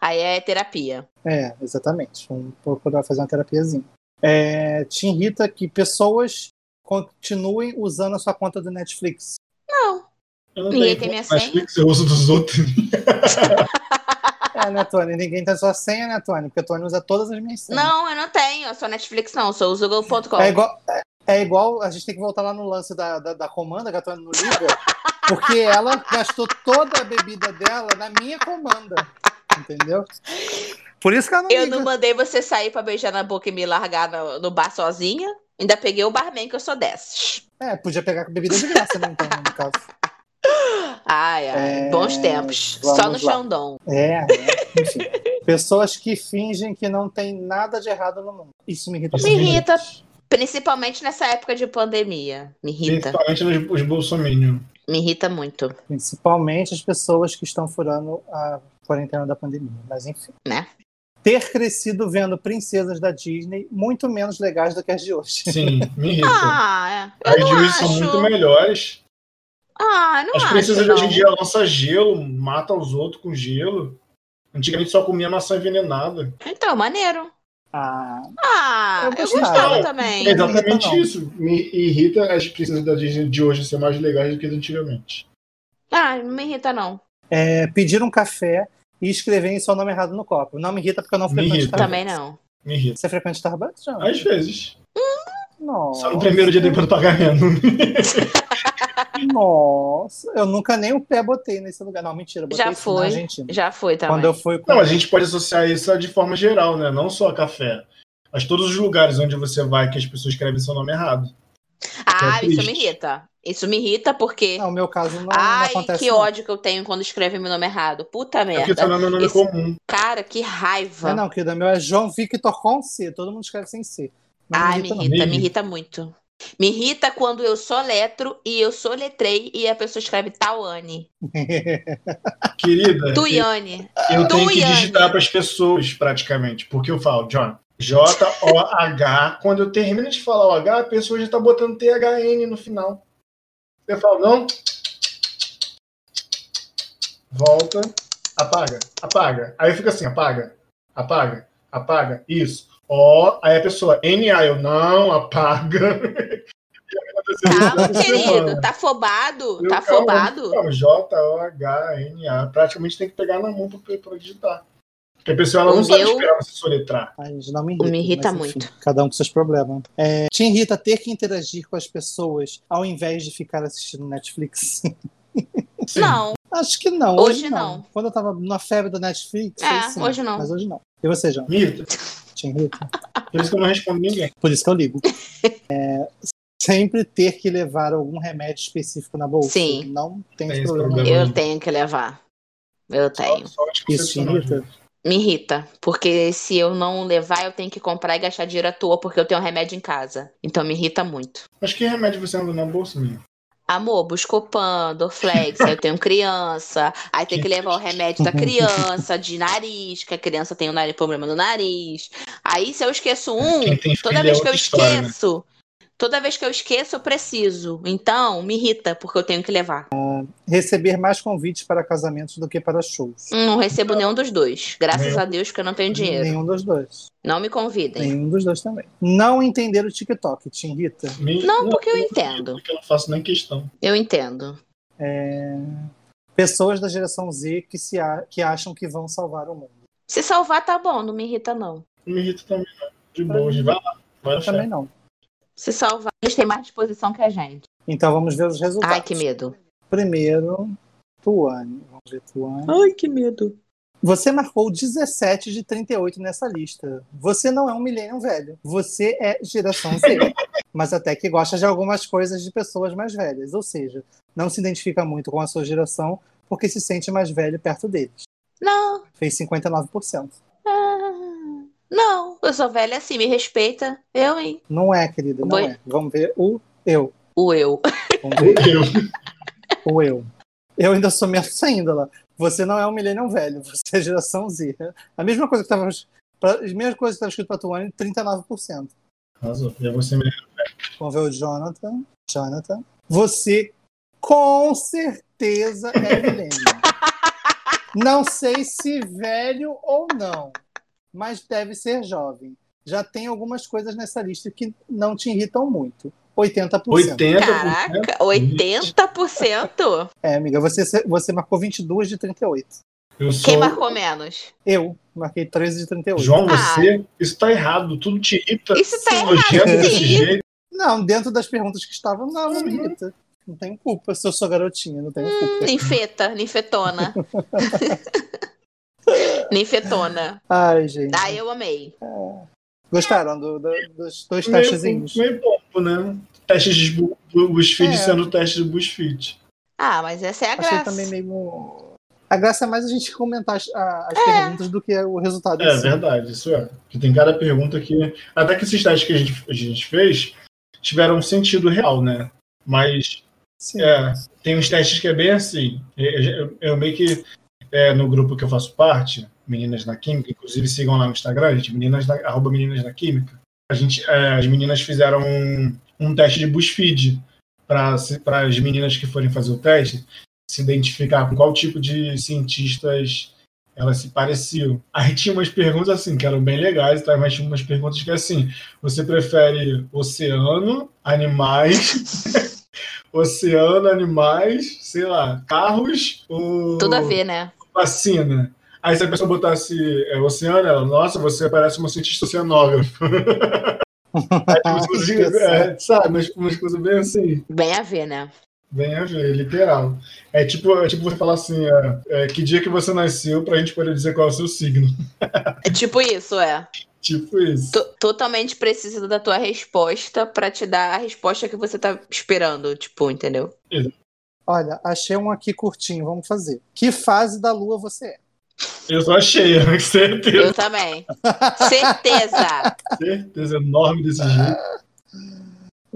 Speaker 2: Aí é terapia.
Speaker 1: É, exatamente. Vamos procurar fazer uma terapiazinha. É, te irrita que pessoas continuem usando a sua conta do Netflix.
Speaker 2: Não.
Speaker 3: Eu não
Speaker 2: Ninguém
Speaker 3: tenho
Speaker 2: tem minha
Speaker 3: conta na Netflix, eu uso dos outros.
Speaker 1: É, né, Tony? Ninguém tem sua senha, né, Tony? Porque o Tony usa todas as minhas senhas.
Speaker 2: Não, eu não tenho. Eu sou Netflix, não. Eu sou o Google.com.
Speaker 1: É igual, é- é igual- a gente tem que voltar lá no lance da, da, da comanda que a Tony não liga, porque ela gastou toda a bebida dela na minha comanda. Entendeu? Por isso que ela não
Speaker 2: Eu
Speaker 1: liga.
Speaker 2: não mandei você sair pra beijar na boca e me largar no, no bar sozinha. Ainda peguei o barman que eu sou dessas.
Speaker 1: É, podia pegar bebida de graça, né, então, no caso.
Speaker 2: Ai, ai.
Speaker 1: É,
Speaker 2: Bons tempos.
Speaker 1: vamos
Speaker 2: Só no
Speaker 1: lá.
Speaker 2: Xandão.
Speaker 1: É, é, enfim. Pessoas que fingem que não tem nada de errado no mundo. Isso me irrita.
Speaker 3: Isso
Speaker 2: Me
Speaker 1: muito.
Speaker 2: irrita. Principalmente nessa época de pandemia. Me irrita.
Speaker 3: Principalmente nos, os bolsominions.
Speaker 2: Me irrita muito.
Speaker 3: Então,
Speaker 1: Principalmente as pessoas que estão furando a quarentena da pandemia. Mas enfim.
Speaker 2: Né?
Speaker 1: Ter crescido vendo princesas da Disney muito menos legais do que as de hoje.
Speaker 3: Sim, me irrita.
Speaker 2: Ah, é.
Speaker 3: As
Speaker 2: eu não
Speaker 3: juízes são
Speaker 2: acho.
Speaker 3: muito melhores.
Speaker 2: Ah, eu não
Speaker 3: As
Speaker 2: acho.
Speaker 3: princesas de
Speaker 2: não.
Speaker 3: hoje em dia lançam gelo, matam os outros com gelo. Antigamente só comia maçã envenenada.
Speaker 2: Então, maneiro.
Speaker 1: Ah,
Speaker 2: Ah, eu
Speaker 1: Eu
Speaker 2: gostava,
Speaker 1: gostava.
Speaker 2: também.
Speaker 3: É exatamente
Speaker 1: irrita, não.
Speaker 3: isso. Me irrita as princesas da Disney de hoje ser mais legais do que as antigamente.
Speaker 2: Ah, não me irrita, não.
Speaker 1: é, pedir um café e escreverem seu nome errado no copo. Não me irrita porque eu não
Speaker 3: Me
Speaker 1: frequento
Speaker 3: irrita.
Speaker 1: Starbucks.
Speaker 2: Também não.
Speaker 3: Me irrita.
Speaker 1: Você frequenta Starbucks, João?
Speaker 3: Às vezes.
Speaker 1: Nossa.
Speaker 3: Só no primeiro dia depois do pagamento.
Speaker 1: Nossa, eu nunca nem o pé botei nesse lugar. Não, mentira, botei
Speaker 2: Já
Speaker 1: sim, na
Speaker 2: foi.
Speaker 1: Argentina.
Speaker 2: Já foi também.
Speaker 1: Quando eu fui com...
Speaker 3: Não, a gente pode associar isso de forma geral, né? Não só a café. Mas todos os lugares onde você vai que as pessoas escrevem seu nome errado.
Speaker 2: Ah,
Speaker 3: é
Speaker 2: isso
Speaker 3: triste.
Speaker 2: me irrita. Isso me irrita porque.
Speaker 1: Não, o meu caso Tá não, não
Speaker 2: Ai,
Speaker 1: acontece.
Speaker 2: que
Speaker 1: não.
Speaker 2: ódio que eu tenho quando escrevem meu nome errado. Puta
Speaker 3: É porque
Speaker 2: merda.
Speaker 3: seu nome é um nome
Speaker 2: Esse-
Speaker 3: comum.
Speaker 2: Cara, que raiva.
Speaker 1: É, não, querido, o meu é João Victor com C. Todo mundo escreve sem C. Não
Speaker 2: Ai, me
Speaker 1: não.
Speaker 2: irrita, me
Speaker 3: Me
Speaker 2: irrita muito. Me irrita quando eu soletro e eu soletrei e a pessoa escreve Tauane.
Speaker 3: Querida,
Speaker 2: Tuiane.
Speaker 3: eu tenho que
Speaker 2: Tuiane.
Speaker 3: digitar para as pessoas, praticamente. Porque eu falo, John, J-O-H. Quando eu termino de falar o H, a pessoa já tá botando T-H-N no final. Eu falo, não. Volta. Apaga, apaga. Aí fica assim, apaga, apaga, apaga. Isso. Ó, aí a pessoa, N-A, eu, não, apaga.
Speaker 2: Calma,
Speaker 3: Essa semana.
Speaker 2: querido. Tá afobado?
Speaker 3: Eu
Speaker 2: tá
Speaker 3: calmo.
Speaker 2: afobado?
Speaker 3: Não, J-O-H-N-A. Praticamente tem que pegar na mão pra, pra digitar. Porque a pessoa ela
Speaker 2: O
Speaker 3: não sabe
Speaker 2: meu-
Speaker 3: esperar você soletrar.
Speaker 1: Ai, gente, não me irrita.
Speaker 2: Me irrita
Speaker 1: mas, enfim,
Speaker 2: muito.
Speaker 1: Cada um com seus problemas. É, te irrita ter que interagir com as pessoas ao invés de ficar assistindo Netflix?
Speaker 3: Sim.
Speaker 2: Não.
Speaker 1: Acho que não.
Speaker 2: Hoje
Speaker 1: Hoje, não. Quando eu tava na febre do Netflix.
Speaker 2: É,
Speaker 1: aí sim,
Speaker 2: hoje não.
Speaker 1: Mas hoje não. E você, João?
Speaker 3: Mirta,
Speaker 1: Te irrita?
Speaker 3: por isso que eu não respondo ninguém.
Speaker 1: Por isso que eu ligo. É, sempre ter que levar algum remédio específico na bolsa.
Speaker 2: Sim.
Speaker 1: Não tem,
Speaker 3: Tem
Speaker 1: esse
Speaker 3: esse
Speaker 1: problema.
Speaker 3: problema.
Speaker 2: Eu tenho que levar. Eu tenho.
Speaker 3: Só
Speaker 1: Isso
Speaker 3: de
Speaker 1: te
Speaker 3: concepcional,
Speaker 1: irrita?
Speaker 3: gente.
Speaker 2: Me irrita, porque se eu não levar, eu tenho que comprar e gastar dinheiro à toa, porque eu tenho remédio em casa. Então me irrita muito.
Speaker 3: Mas que remédio você anda na bolsa, minha?
Speaker 2: Amor, Buscopan, Dorflex, aí eu tenho criança, aí tem que levar o remédio da criança, de nariz, que a criança tem o nariz, problema no nariz. Aí se eu esqueço um,
Speaker 3: Quem tem filho
Speaker 2: toda
Speaker 3: é
Speaker 2: vez que eu
Speaker 3: outra história, né?
Speaker 2: esqueço, toda vez que eu esqueço, eu preciso. Então, me irrita, porque eu tenho que levar.
Speaker 1: Receber mais convites para casamentos do que para shows.
Speaker 2: Não recebo nenhum dos dois. Graças
Speaker 3: Nenhum.
Speaker 2: a Deus que eu não tenho dinheiro.
Speaker 1: Nenhum dos dois.
Speaker 2: Não me convidem.
Speaker 1: Nenhum dos dois também. Não entender o TikTok, te irrita?
Speaker 3: né? Me-
Speaker 2: Não, porque eu
Speaker 3: não,
Speaker 2: entendo.
Speaker 3: Porque eu não faço nem questão.
Speaker 2: Eu entendo.
Speaker 1: É, Pessoas da geração Z que, se a- que acham que vão salvar o mundo.
Speaker 2: Se salvar, tá bom, não me irrita, não.
Speaker 3: Não me irrita também, não. De boa, gente. vai lá. Vai
Speaker 1: Eu também
Speaker 3: lá.
Speaker 1: não.
Speaker 2: Se salvar, eles têm mais disposição que a gente.
Speaker 1: Então vamos ver os resultados.
Speaker 2: Ai, que medo.
Speaker 1: Primeiro, Tuane. Vamos ver, Tuane.
Speaker 2: Ai, que medo.
Speaker 1: Você marcou 17 de 38 nessa lista. Você não é um milênio velho. Você é geração Z. mas até que gosta de algumas coisas de pessoas mais velhas. Ou seja, não se identifica muito com a sua geração porque se sente mais velho perto deles.
Speaker 2: Não,
Speaker 1: Fez 59%.
Speaker 2: ah, não. Eu sou velha assim, me respeita. Eu, hein?
Speaker 1: Não é, querida, não
Speaker 2: Oi.
Speaker 1: é. Vamos ver o eu.
Speaker 2: O eu.
Speaker 1: Vamos ver
Speaker 3: Eu.
Speaker 1: o eu. Eu ainda sou menos ainda lá. Você não é um millennium velho, você é geração Z. A mesma coisa que estava. As mesmas coisas que estava escrito para Tuane, 39%.
Speaker 3: Arrasou. E você me
Speaker 1: Vamos ver o Jonathan. Jonathan. Você com certeza é millennium. Não sei se velho ou não, mas deve ser jovem. Já tem algumas coisas nessa lista que não te irritam muito. 80%.
Speaker 3: 80%.
Speaker 2: Caraca, 80%?
Speaker 1: É, amiga, você, você marcou 22 de 38.
Speaker 3: Eu sou...
Speaker 2: Quem marcou menos?
Speaker 1: Eu marquei 13 de 38.
Speaker 3: João, você. Isso tá errado. Tudo te irrita.
Speaker 2: Ah. Isso tá
Speaker 3: Esse
Speaker 2: errado,
Speaker 3: nojento desse
Speaker 2: sim.
Speaker 3: jeito.
Speaker 1: Não, dentro das perguntas que estavam, não, não me irrita. Não tenho culpa se eu sou garotinha, não tenho culpa.
Speaker 2: Ninfeta, ninfetona. ninfetona.
Speaker 1: Ai, gente.
Speaker 2: Ah, eu amei.
Speaker 1: Gostaram do- do- dos dois
Speaker 3: Meio,
Speaker 1: testezinhos?
Speaker 3: meio bobo, né? Testes de bu- bu- BuzzFeed
Speaker 1: É.
Speaker 3: sendo teste de BuzzFeed.
Speaker 2: Ah, mas essa é a
Speaker 1: Achei
Speaker 2: graça.
Speaker 1: também meio. A graça é mais a gente comentar as, a- as
Speaker 2: É.
Speaker 1: perguntas do que o resultado.
Speaker 3: É
Speaker 1: em si.
Speaker 3: verdade, isso é. Porque tem cada pergunta que. Até que esses testes que a gente, a gente fez tiveram um sentido real, né? Mas
Speaker 1: Sim.
Speaker 3: É, tem uns testes que é bem assim. Eu, eu- eu meio que, é, no grupo que eu faço parte, Meninas na Química, inclusive sigam lá no Instagram, gente, meninas na, arroba Meninas na Química. A gente, é, as meninas fizeram um, um teste de BuzzFeed para as meninas que forem fazer o teste se identificar com qual tipo de cientistas elas se pareciam. Aí tinha umas perguntas assim, que eram bem legais, tá? mas tinha umas perguntas que assim, você prefere oceano, animais oceano, animais, sei lá, carros ou
Speaker 2: Tudo a ver, né?
Speaker 3: vacina. Aí se a pessoa botasse é, oceano, ela, nossa, você parece uma cientista oceanógrafa. Aí, tipo, assim, é, sabe, umas, umas coisas bem assim,
Speaker 2: Bem a ver, né?
Speaker 3: bem a ver, literal. É tipo, é tipo você falar assim, é, é, que dia que você nasceu pra gente poder dizer qual é o seu signo.
Speaker 2: É tipo isso, é.
Speaker 3: Tipo isso.
Speaker 2: To- totalmente preciso da tua resposta pra te dar a resposta que você tá esperando, tipo, entendeu?
Speaker 1: Olha, achei um aqui curtinho, vamos fazer. Que fase da lua você é?
Speaker 3: Eu só achei, né? certeza,
Speaker 2: Eu também. Certeza.
Speaker 3: certeza enorme desse jeito.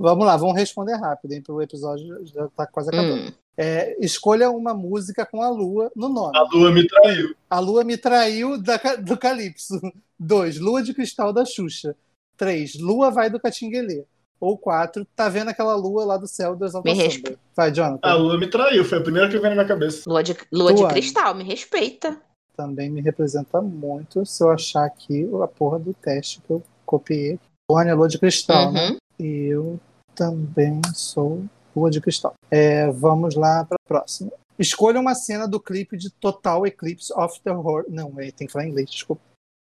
Speaker 1: Vamos lá, vamos responder rápido, hein? Pro episódio já tá quase acabando.
Speaker 2: Hum.
Speaker 1: É, escolha uma música com a lua no
Speaker 3: A
Speaker 1: nome.
Speaker 3: lua me traiu.
Speaker 1: A lua me traiu da Ca- do Calypso. 2. Lua de cristal da Xuxa. 3. Lua vai do Catinguelê. Ou 4. Tá vendo aquela lua lá do céu do Exalta
Speaker 2: Me
Speaker 1: Samba.
Speaker 2: respe-
Speaker 1: Vai,
Speaker 3: A
Speaker 1: Jonathan.
Speaker 3: lua me traiu, foi a primeira que veio na minha cabeça.
Speaker 2: Lua de, lua de
Speaker 1: Tuane.
Speaker 2: cristal, me respeita.
Speaker 1: Também me representa muito se eu achar aqui a porra do teste que eu copiei. Tônia, lua de cristal, né?
Speaker 2: Uhum.
Speaker 1: Eu também sou lua de cristal. É, vamos lá para a próxima. Escolha uma cena do clipe de Total Eclipse of the Heart. Não, é, tem que falar em inglês, desculpa.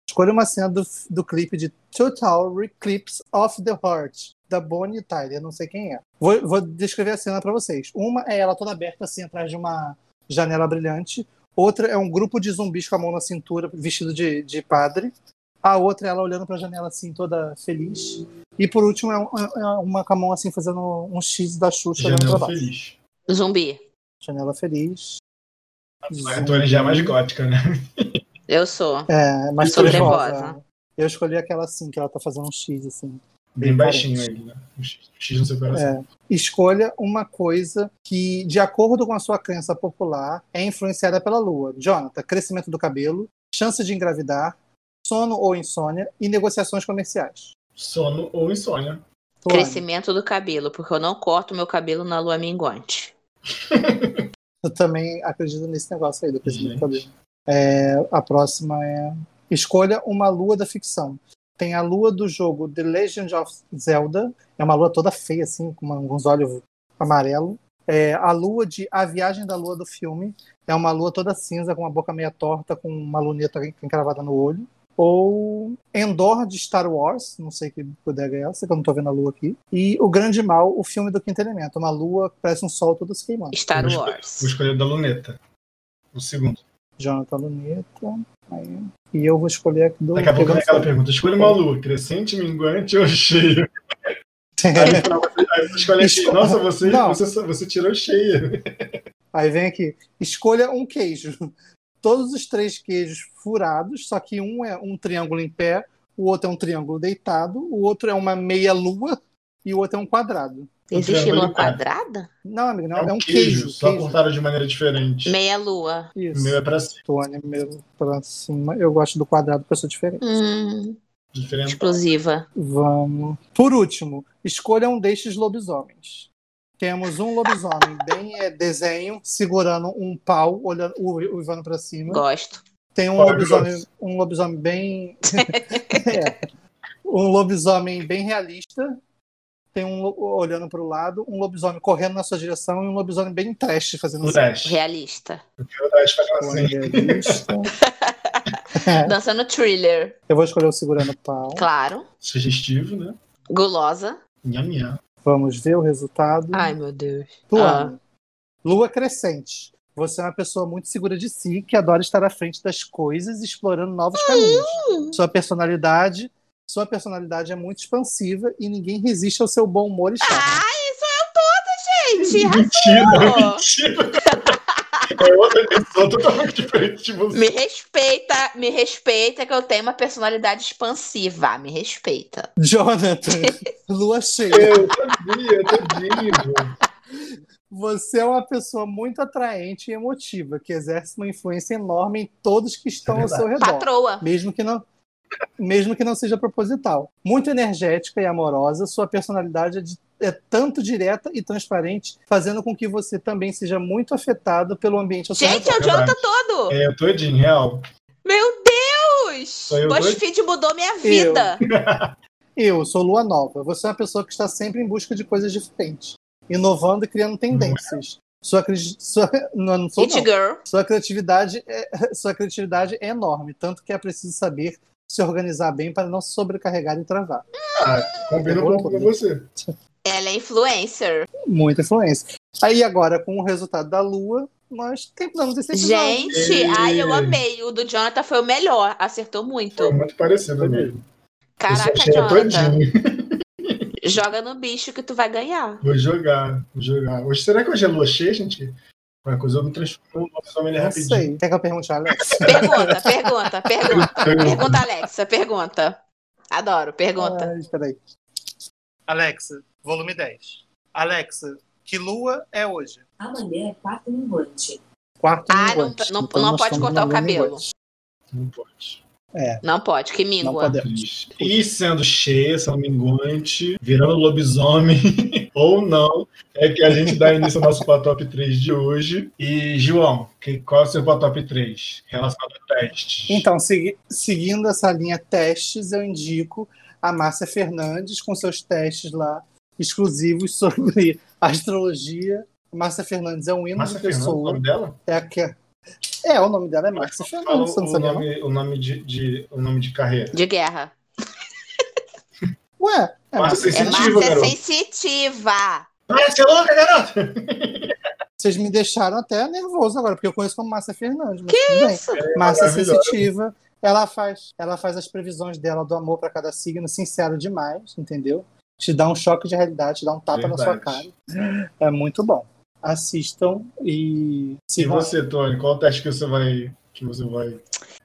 Speaker 1: Escolha uma cena do, do clipe de Total Eclipse of the Heart, da Bonnie Tyler. Não sei quem é. Vou, vou descrever a cena para vocês. Uma é ela toda aberta, assim, atrás de uma janela brilhante. Outra é um grupo de zumbis com a mão na cintura, vestido de, de padre. A outra é ela olhando para a janela, assim, toda feliz. E por último, é, um- é uma com a mão assim, fazendo um X da Xuxa olhando pra
Speaker 3: Janela
Speaker 1: baixo.
Speaker 3: feliz.
Speaker 2: Zumbi.
Speaker 1: Janela feliz. né,
Speaker 3: A Tony já é mais gótica, né?
Speaker 2: Eu sou.
Speaker 1: É, mais
Speaker 2: Sou
Speaker 1: trevosa.
Speaker 2: trevosa.
Speaker 1: é, Eu escolhi aquela assim, que ela tá fazendo um X, assim.
Speaker 3: Bem
Speaker 1: Bem
Speaker 3: baixinho ele, né? O X o X no seu coração.
Speaker 1: É. Escolha uma coisa que, de acordo com a sua crença popular, é influenciada pela lua. Jonathan, crescimento do cabelo, chance de engravidar, sono ou insônia e negociações comerciais.
Speaker 3: Sono ou insônia.
Speaker 1: Tuane.
Speaker 2: Crescimento do cabelo, porque eu não corto meu cabelo na lua minguante.
Speaker 1: Eu também acredito nesse negócio aí do crescimento do
Speaker 3: Gente.
Speaker 1: cabelo. É, a próxima é. Escolha uma lua da ficção. Tem a lua do jogo The Legend of Zelda. É uma lua toda feia, assim, com uma- uns olhos amarelo. É, a lua de A Viagem da Lua do filme. É uma lua toda cinza, com uma boca meia torta, com uma luneta encravada no olho. Ou Endor de Star Wars, não sei que bodega é essa, que eu não tô vendo a lua aqui. E O Grande Mal, o filme do Quinto Elemento. Uma lua que parece um sol todo se queimando.
Speaker 2: Star
Speaker 3: Vou escolher-
Speaker 2: Wars.
Speaker 3: Vou escolher da luneta. O segundo.
Speaker 1: Jonathan Luneta. Aí. E eu vou escolher aqui do.
Speaker 3: Daqui a pouco vem aquela pergunta. Escolha uma
Speaker 1: É.
Speaker 3: lua, crescente, minguante ou cheia? Aí no final você, aí você escolhe aqui.
Speaker 1: Esco-
Speaker 3: Nossa, você,
Speaker 1: Não.
Speaker 3: você, só- você tirou cheia.
Speaker 1: Aí vem aqui. Escolha um queijo. Todos os três queijos furados, só que um é um triângulo em pé, o outro é um triângulo deitado, o outro é uma meia lua e o outro é um quadrado.
Speaker 2: Existe
Speaker 3: triângulo
Speaker 2: lua
Speaker 3: é.
Speaker 2: quadrada?
Speaker 1: Não, amigo, não,
Speaker 3: É um, queijo,
Speaker 1: queijo.
Speaker 3: só
Speaker 1: queijo.
Speaker 3: cortaram de maneira diferente.
Speaker 2: Meia lua.
Speaker 3: O
Speaker 1: Isso.
Speaker 3: meu é pra cima,
Speaker 1: Tônia, mesmo pra cima. Eu gosto do quadrado porque eu sou diferente.
Speaker 2: Hum,
Speaker 3: diferente.
Speaker 2: explosiva.
Speaker 1: Vamos. Por último, escolha um destes lobisomens. Temos um lobisomem bem é, desenho, segurando um pau, olhando, uivando pra cima.
Speaker 2: Gosto.
Speaker 1: Tem um
Speaker 3: Olha,
Speaker 1: lobisomem, um lobisomem bem. É. Um lobisomem bem realista. Tem um lo- olhando para o lado, um lobisomem correndo na sua direção e um lobisomem bem trash fazendo
Speaker 3: O
Speaker 1: assim.
Speaker 3: Dash.
Speaker 2: Realista.
Speaker 3: O Dash faz assim.
Speaker 1: Olha, realista. É,
Speaker 2: Dançando thriller.
Speaker 1: Eu vou escolher o segurando o pau.
Speaker 2: Claro.
Speaker 3: Sugestivo, né?
Speaker 2: Gulosa.
Speaker 3: Nham, nham.
Speaker 1: Vamos ver o resultado.
Speaker 2: Ai, meu Deus.
Speaker 1: Tuana. Lua crescente. Você é uma pessoa muito segura de si, que adora estar à frente das coisas, e explorando novos caminhos. Sua personalidade, sua personalidade é muito expansiva e ninguém resiste ao seu bom humor e charme.
Speaker 2: Ai, sou eu toda, gente.
Speaker 3: Mentira,
Speaker 2: arrasou.
Speaker 3: mentira. É outra pessoa totalmente diferente de você.
Speaker 2: Me respeita, me respeita que eu tenho uma personalidade expansiva. Me respeita.
Speaker 1: Jonathan, lua cheia.
Speaker 3: Eu sabia, tadinho.
Speaker 1: Você é uma pessoa muito atraente e emotiva, que exerce uma influência enorme em todos que estão ao seu redor.
Speaker 2: Patroa.
Speaker 1: mesmo que não mesmo que não seja proposital. Muito energética e amorosa, sua personalidade é, de- é tanto direta e transparente, fazendo com que você também seja muito afetado pelo ambiente ao seu
Speaker 2: Gente,
Speaker 1: redor.
Speaker 2: é o Jonathan todo.
Speaker 3: É, eu todinho, real.
Speaker 2: Meu Deus!
Speaker 3: eu dois?
Speaker 2: BuzzFeed mudou minha vida.
Speaker 1: Eu sou Lua Nova. Você é uma pessoa que está sempre em busca de coisas diferentes, inovando e criando tendências. Sua, cri- sua não, não sou
Speaker 2: It
Speaker 1: não.
Speaker 2: Girl.
Speaker 1: Sua criatividade é sua criatividade é enorme, tanto que é preciso saber se organizar bem para não se sobrecarregar e travar.
Speaker 3: Combina um pouco com
Speaker 1: né?
Speaker 3: você.
Speaker 2: Ela é influencer.
Speaker 1: Muita influência. Aí agora, com o resultado da Lua, nós tentamos esse episódio.
Speaker 2: Gente,
Speaker 3: Ei.
Speaker 2: ai, eu amei. O do Jonathan foi o melhor. Acertou muito.
Speaker 3: Foi É muito parecido mesmo.
Speaker 2: Caraca,
Speaker 3: eu só achei
Speaker 2: Jonathan.
Speaker 3: todinho.
Speaker 2: Joga no bicho que tu vai ganhar.
Speaker 3: Vou jogar, vou jogar. Hoje, será que hoje é lua cheia, gente? Uma coisa eu me transformo no homem
Speaker 1: Não
Speaker 3: rapidinho.
Speaker 1: sei. Quer que eu pergunte, Alex?
Speaker 2: Pergunta, pergunta, pergunta.
Speaker 3: Eu-
Speaker 2: Pergunta, Alexa, pergunta. Adoro, pergunta.
Speaker 1: Ai, Ah, espera aí. Alexa, volume 10. Alexa, que lua é hoje?
Speaker 4: Amanhã é quarta minguante.
Speaker 1: Quarto
Speaker 2: Ah, não-
Speaker 1: minguante.
Speaker 2: não-
Speaker 1: Então
Speaker 2: não
Speaker 1: nós
Speaker 2: pode
Speaker 1: estamos
Speaker 2: cortar
Speaker 1: na
Speaker 2: o
Speaker 1: lua
Speaker 2: cabelo.
Speaker 1: minguante.
Speaker 3: Não pode.
Speaker 2: Não pode, que
Speaker 1: Não
Speaker 2: míngua.
Speaker 1: podemos.
Speaker 3: E sendo cheia, sendo minguante, virando lobisomem ou não, é que a gente dá início ao nosso top 3 de hoje. E, João, que- qual é o seu top 3 relacionado a testes?
Speaker 1: Então, segui- seguindo essa linha testes, eu indico a Márcia Fernandes com seus testes lá exclusivos sobre astrologia. Márcia Fernandes é um hino
Speaker 3: Márcia
Speaker 1: de
Speaker 3: Fernandes, o
Speaker 1: pessoa.
Speaker 3: nome dela?
Speaker 1: É, a que... é, o nome dela é Márcia
Speaker 3: Fala
Speaker 1: Fernandes, você não
Speaker 3: o
Speaker 1: sabia não?
Speaker 3: nome, o nome de, de- o nome de carreira.
Speaker 2: De guerra.
Speaker 1: Ué, é Márcia
Speaker 3: Márcia
Speaker 2: É
Speaker 1: Fernandes.
Speaker 2: Márcia
Speaker 3: Sensitiva, garoto.
Speaker 2: sensitiva.
Speaker 3: Márcia, é louca, garota!
Speaker 1: Vocês me deixaram até nervoso agora, porque eu conheço como Márcia Fernandes. Mas tudo bem.
Speaker 2: Isso.
Speaker 3: É
Speaker 1: Márcia
Speaker 3: Maravilhosa.
Speaker 1: Sensitiva, ela faz, ela faz as previsões dela do amor para cada signo, sincero demais, entendeu? Te dá um choque de realidade, te dá um tapa na sua cara.
Speaker 3: Verdade.
Speaker 1: É muito bom. Assistam e
Speaker 3: E
Speaker 1: sigam.
Speaker 3: você, Tony, qual o teste que você vai, que você vai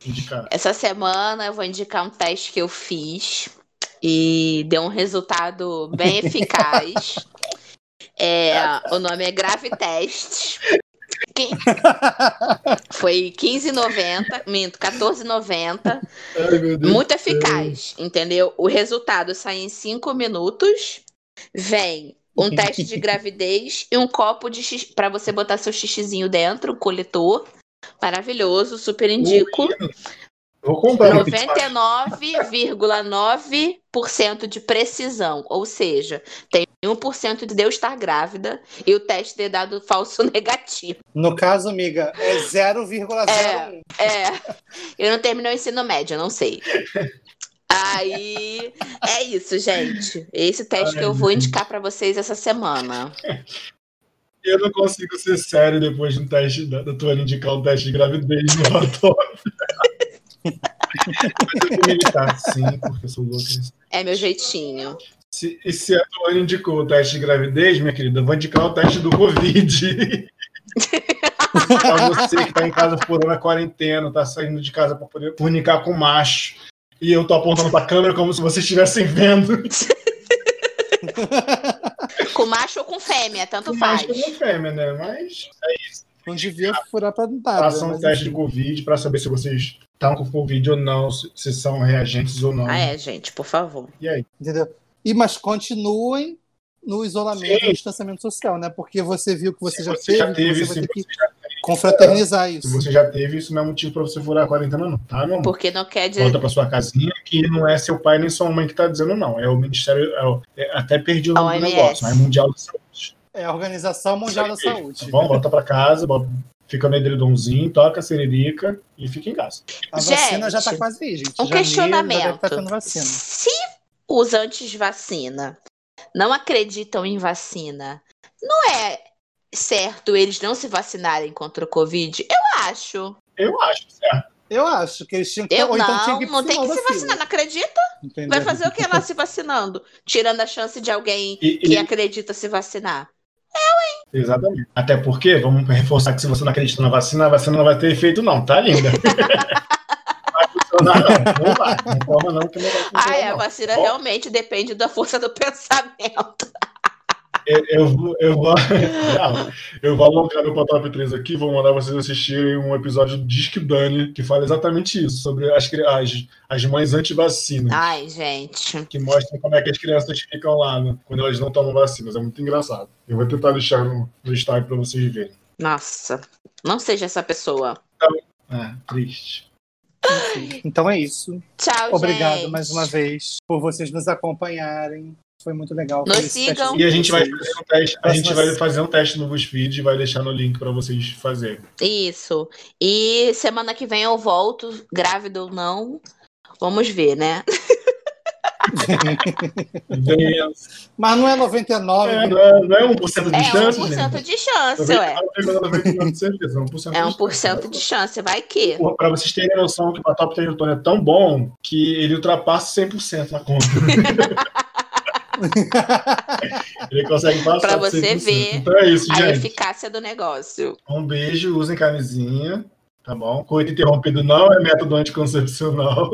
Speaker 3: indicar?
Speaker 2: Essa semana eu vou indicar um teste que eu fiz e deu um resultado bem eficaz. É, o nome é Gravitest. Quem- Foi 15,90, minto, 14,90.
Speaker 3: Ai, meu Deus.
Speaker 2: Muito eficaz, entendeu? O resultado sai em 5 minutos. Vem um teste de gravidez e um copo de xixi para você botar seu xixizinho dentro, coletor. Maravilhoso, super indico.
Speaker 3: é Vou comprar. no Pix.
Speaker 2: 99,9% de precisão, ou seja, tem 1% de eu estar grávida e o teste ter dado falso negativo.
Speaker 1: No caso, amiga, é 0,01.
Speaker 2: É. É, eu não terminei o ensino médio, eu não sei. Aí, é isso, gente. Esse teste que eu vou indicar pra vocês essa semana.
Speaker 3: Eu não consigo ser sério depois de um teste da, da tua indicar um teste de gravidez no relatório. Mas eu vou militar, sim, porque eu sou louco. nisso.
Speaker 2: É meu jeitinho.
Speaker 3: Se, e se a tua indicou o teste de gravidez, minha querida, eu vou indicar o teste do Covid. pra você que tá em casa furando a quarentena, tá saindo de casa pra poder comunicar com o macho. E eu tô apontando pra câmera como se vocês estivessem vendo.
Speaker 2: Com macho ou com fêmea, tanto faz.
Speaker 3: Mas que é fêmea, né? Mas
Speaker 1: Não devia furar pra nada.
Speaker 3: façam um
Speaker 1: mas
Speaker 3: teste de Covid pra saber se vocês estão com Covid ou não, se se são reagentes ou não.
Speaker 2: Ah, é, gente, por favor.
Speaker 3: E aí?
Speaker 1: Entendeu? E, mas continuem no isolamento
Speaker 3: Sim.
Speaker 1: e distanciamento social, né? Porque você viu que você
Speaker 3: Se
Speaker 1: já
Speaker 3: você
Speaker 1: teve,
Speaker 3: já teve,
Speaker 1: você
Speaker 3: se
Speaker 1: vai ter que
Speaker 3: você já,
Speaker 1: confraternizar
Speaker 3: se
Speaker 1: isso.
Speaker 3: você já teve, isso não é motivo pra você furar a quarentena, não, tá, meu amor?
Speaker 2: Porque não quer dizer.
Speaker 3: Volta pra sua casinha, que não é seu pai nem sua mãe que tá dizendo não. É o Ministério. é o- é- até perdi o nome do
Speaker 2: OMS.
Speaker 3: negócio, mas é Mundial de Saúde.
Speaker 1: É a Organização Mundial da
Speaker 3: Isso aí, Tá
Speaker 1: Saúde.
Speaker 3: bom? Volta pra casa, bota- fica no edredomzinho, toca a cererica e fica em casa.
Speaker 1: A vacina
Speaker 2: Gente,
Speaker 1: já tá quase aí, gente.
Speaker 2: um
Speaker 1: Janeiro Já deve
Speaker 2: questionamento.
Speaker 1: tá tendo vacina.
Speaker 2: Se os antes-vacina não acreditam em vacina, não é certo eles não se vacinarem contra o Covid? Eu acho.
Speaker 3: Eu acho, certo?
Speaker 1: Eu acho que eles tinham que...
Speaker 2: Eu
Speaker 1: ou então tinha
Speaker 2: não,
Speaker 1: que ir pro
Speaker 2: não tem
Speaker 1: final
Speaker 2: que se
Speaker 1: da fila,
Speaker 2: vacinar, não acredita?
Speaker 1: entendeu?
Speaker 2: Vai fazer o que lá se vacinando? Tirando a chance de alguém
Speaker 3: E- e-
Speaker 2: que é acredita se vacinar.
Speaker 3: Exatamente. Até porque, vamos reforçar que se você não acredita na vacina, a vacina não vai ter efeito, não, tá linda? Não vai funcionar, não. Não vai. Não forma, não, que não vai funcionar.
Speaker 2: Ah, é, a
Speaker 3: não.
Speaker 2: vacina
Speaker 3: Bom.
Speaker 2: realmente depende da força do pensamento.
Speaker 3: Eu, eu vou, eu, vou, Não, eu vou alongar meu top 3 aqui, vou mandar vocês assistirem um episódio do Disque Dani, que fala exatamente isso, sobre as, cri- as, as mães anti-vacina,
Speaker 2: Ai, gente.
Speaker 3: que mostra como é que as crianças ficam lá né, quando elas não tomam vacinas. É muito engraçado. Eu vou tentar deixar no, no Instagram pra vocês verem.
Speaker 2: Nossa. Não seja essa pessoa.
Speaker 3: Ah, triste.
Speaker 1: Enfim, Então é isso.
Speaker 2: Tchau,
Speaker 1: Obrigado
Speaker 2: gente.
Speaker 1: mais uma vez por vocês nos acompanharem. Foi muito legal.
Speaker 2: Nos
Speaker 1: fazer esse teste
Speaker 2: sigam.
Speaker 1: de
Speaker 3: E a gente vai
Speaker 1: vocês.
Speaker 3: fazer um teste, a gente
Speaker 1: Próxima-
Speaker 3: vai fazer um teste no BuzzFeed e vai deixar no link pra vocês fazerem.
Speaker 2: Isso. E semana que vem eu volto, grávida ou não. Vamos ver, né?
Speaker 1: Mas não é 99,
Speaker 3: É,
Speaker 1: né?
Speaker 3: não, é, não é 1% de
Speaker 2: É
Speaker 3: chance, né?
Speaker 2: 1%
Speaker 3: gente.
Speaker 2: de chance, ué.
Speaker 3: tá
Speaker 2: É
Speaker 3: 1%
Speaker 2: 1% de chance, vai que.
Speaker 3: Porra, Pra vocês terem noção que o Top 3 do Tony é tão bom que ele ultrapassa 100% na conta. ele consegue passar
Speaker 2: Pra
Speaker 3: de
Speaker 2: você
Speaker 3: 100%.
Speaker 2: ver
Speaker 3: Então é isso,
Speaker 2: A
Speaker 3: gente.
Speaker 2: eficácia do negócio.
Speaker 3: Um beijo, usem camisinha, tá bom? Coito interrompido não é método anticoncepcional.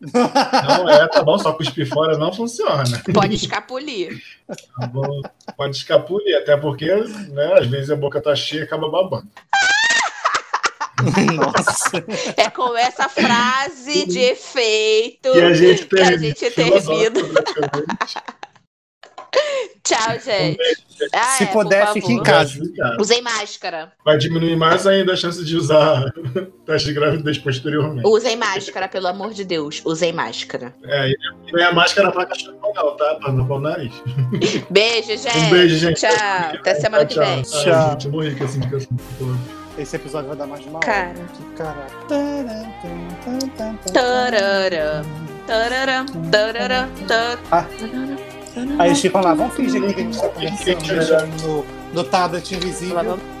Speaker 3: Não é, tá bom? Só cuspir fora não funciona.
Speaker 2: Pode escapulir.
Speaker 3: Tá bom? Pode escapulir, até porque, né, às vezes a boca tá cheia e acaba babando.
Speaker 1: Nossa.
Speaker 2: É com essa frase de efeito.
Speaker 3: E a gente
Speaker 2: Que a
Speaker 3: termina.
Speaker 2: gente é
Speaker 3: Filosófico, né,
Speaker 2: termina.
Speaker 3: praticamente.
Speaker 2: Tchau, gente. Ah,
Speaker 1: Se
Speaker 2: é,
Speaker 1: puder,
Speaker 2: por
Speaker 1: fique em
Speaker 2: favor.
Speaker 1: casa.
Speaker 3: Cara.
Speaker 2: Usem máscara.
Speaker 3: Vai diminuir mais ainda a chance de usar teste de gravidez posteriormente.
Speaker 2: Usem máscara, pelo amor de Deus. Usem máscara.
Speaker 3: É, e não é a máscara pra cachorro, não, tá? Pra não pôr o nariz.
Speaker 2: Beijo, gente.
Speaker 3: Um beijo, gente.
Speaker 2: Tchau. É. Até semana que
Speaker 3: Tchau.
Speaker 2: vem.
Speaker 1: Tchau.
Speaker 3: Ai, gente, eu morri com essa indicação.
Speaker 1: Esse episódio vai dar mais de uma hora.
Speaker 2: Cara.
Speaker 1: Que caraca. Taran, tan, tan, tan, tan,
Speaker 2: Tarara. Tarara. Tarara.
Speaker 1: Ah.
Speaker 2: Tarara.
Speaker 1: Aí eles ficam lá, vamos fingir que a gente tá conversando, mexendo no, no né? tablet invisível.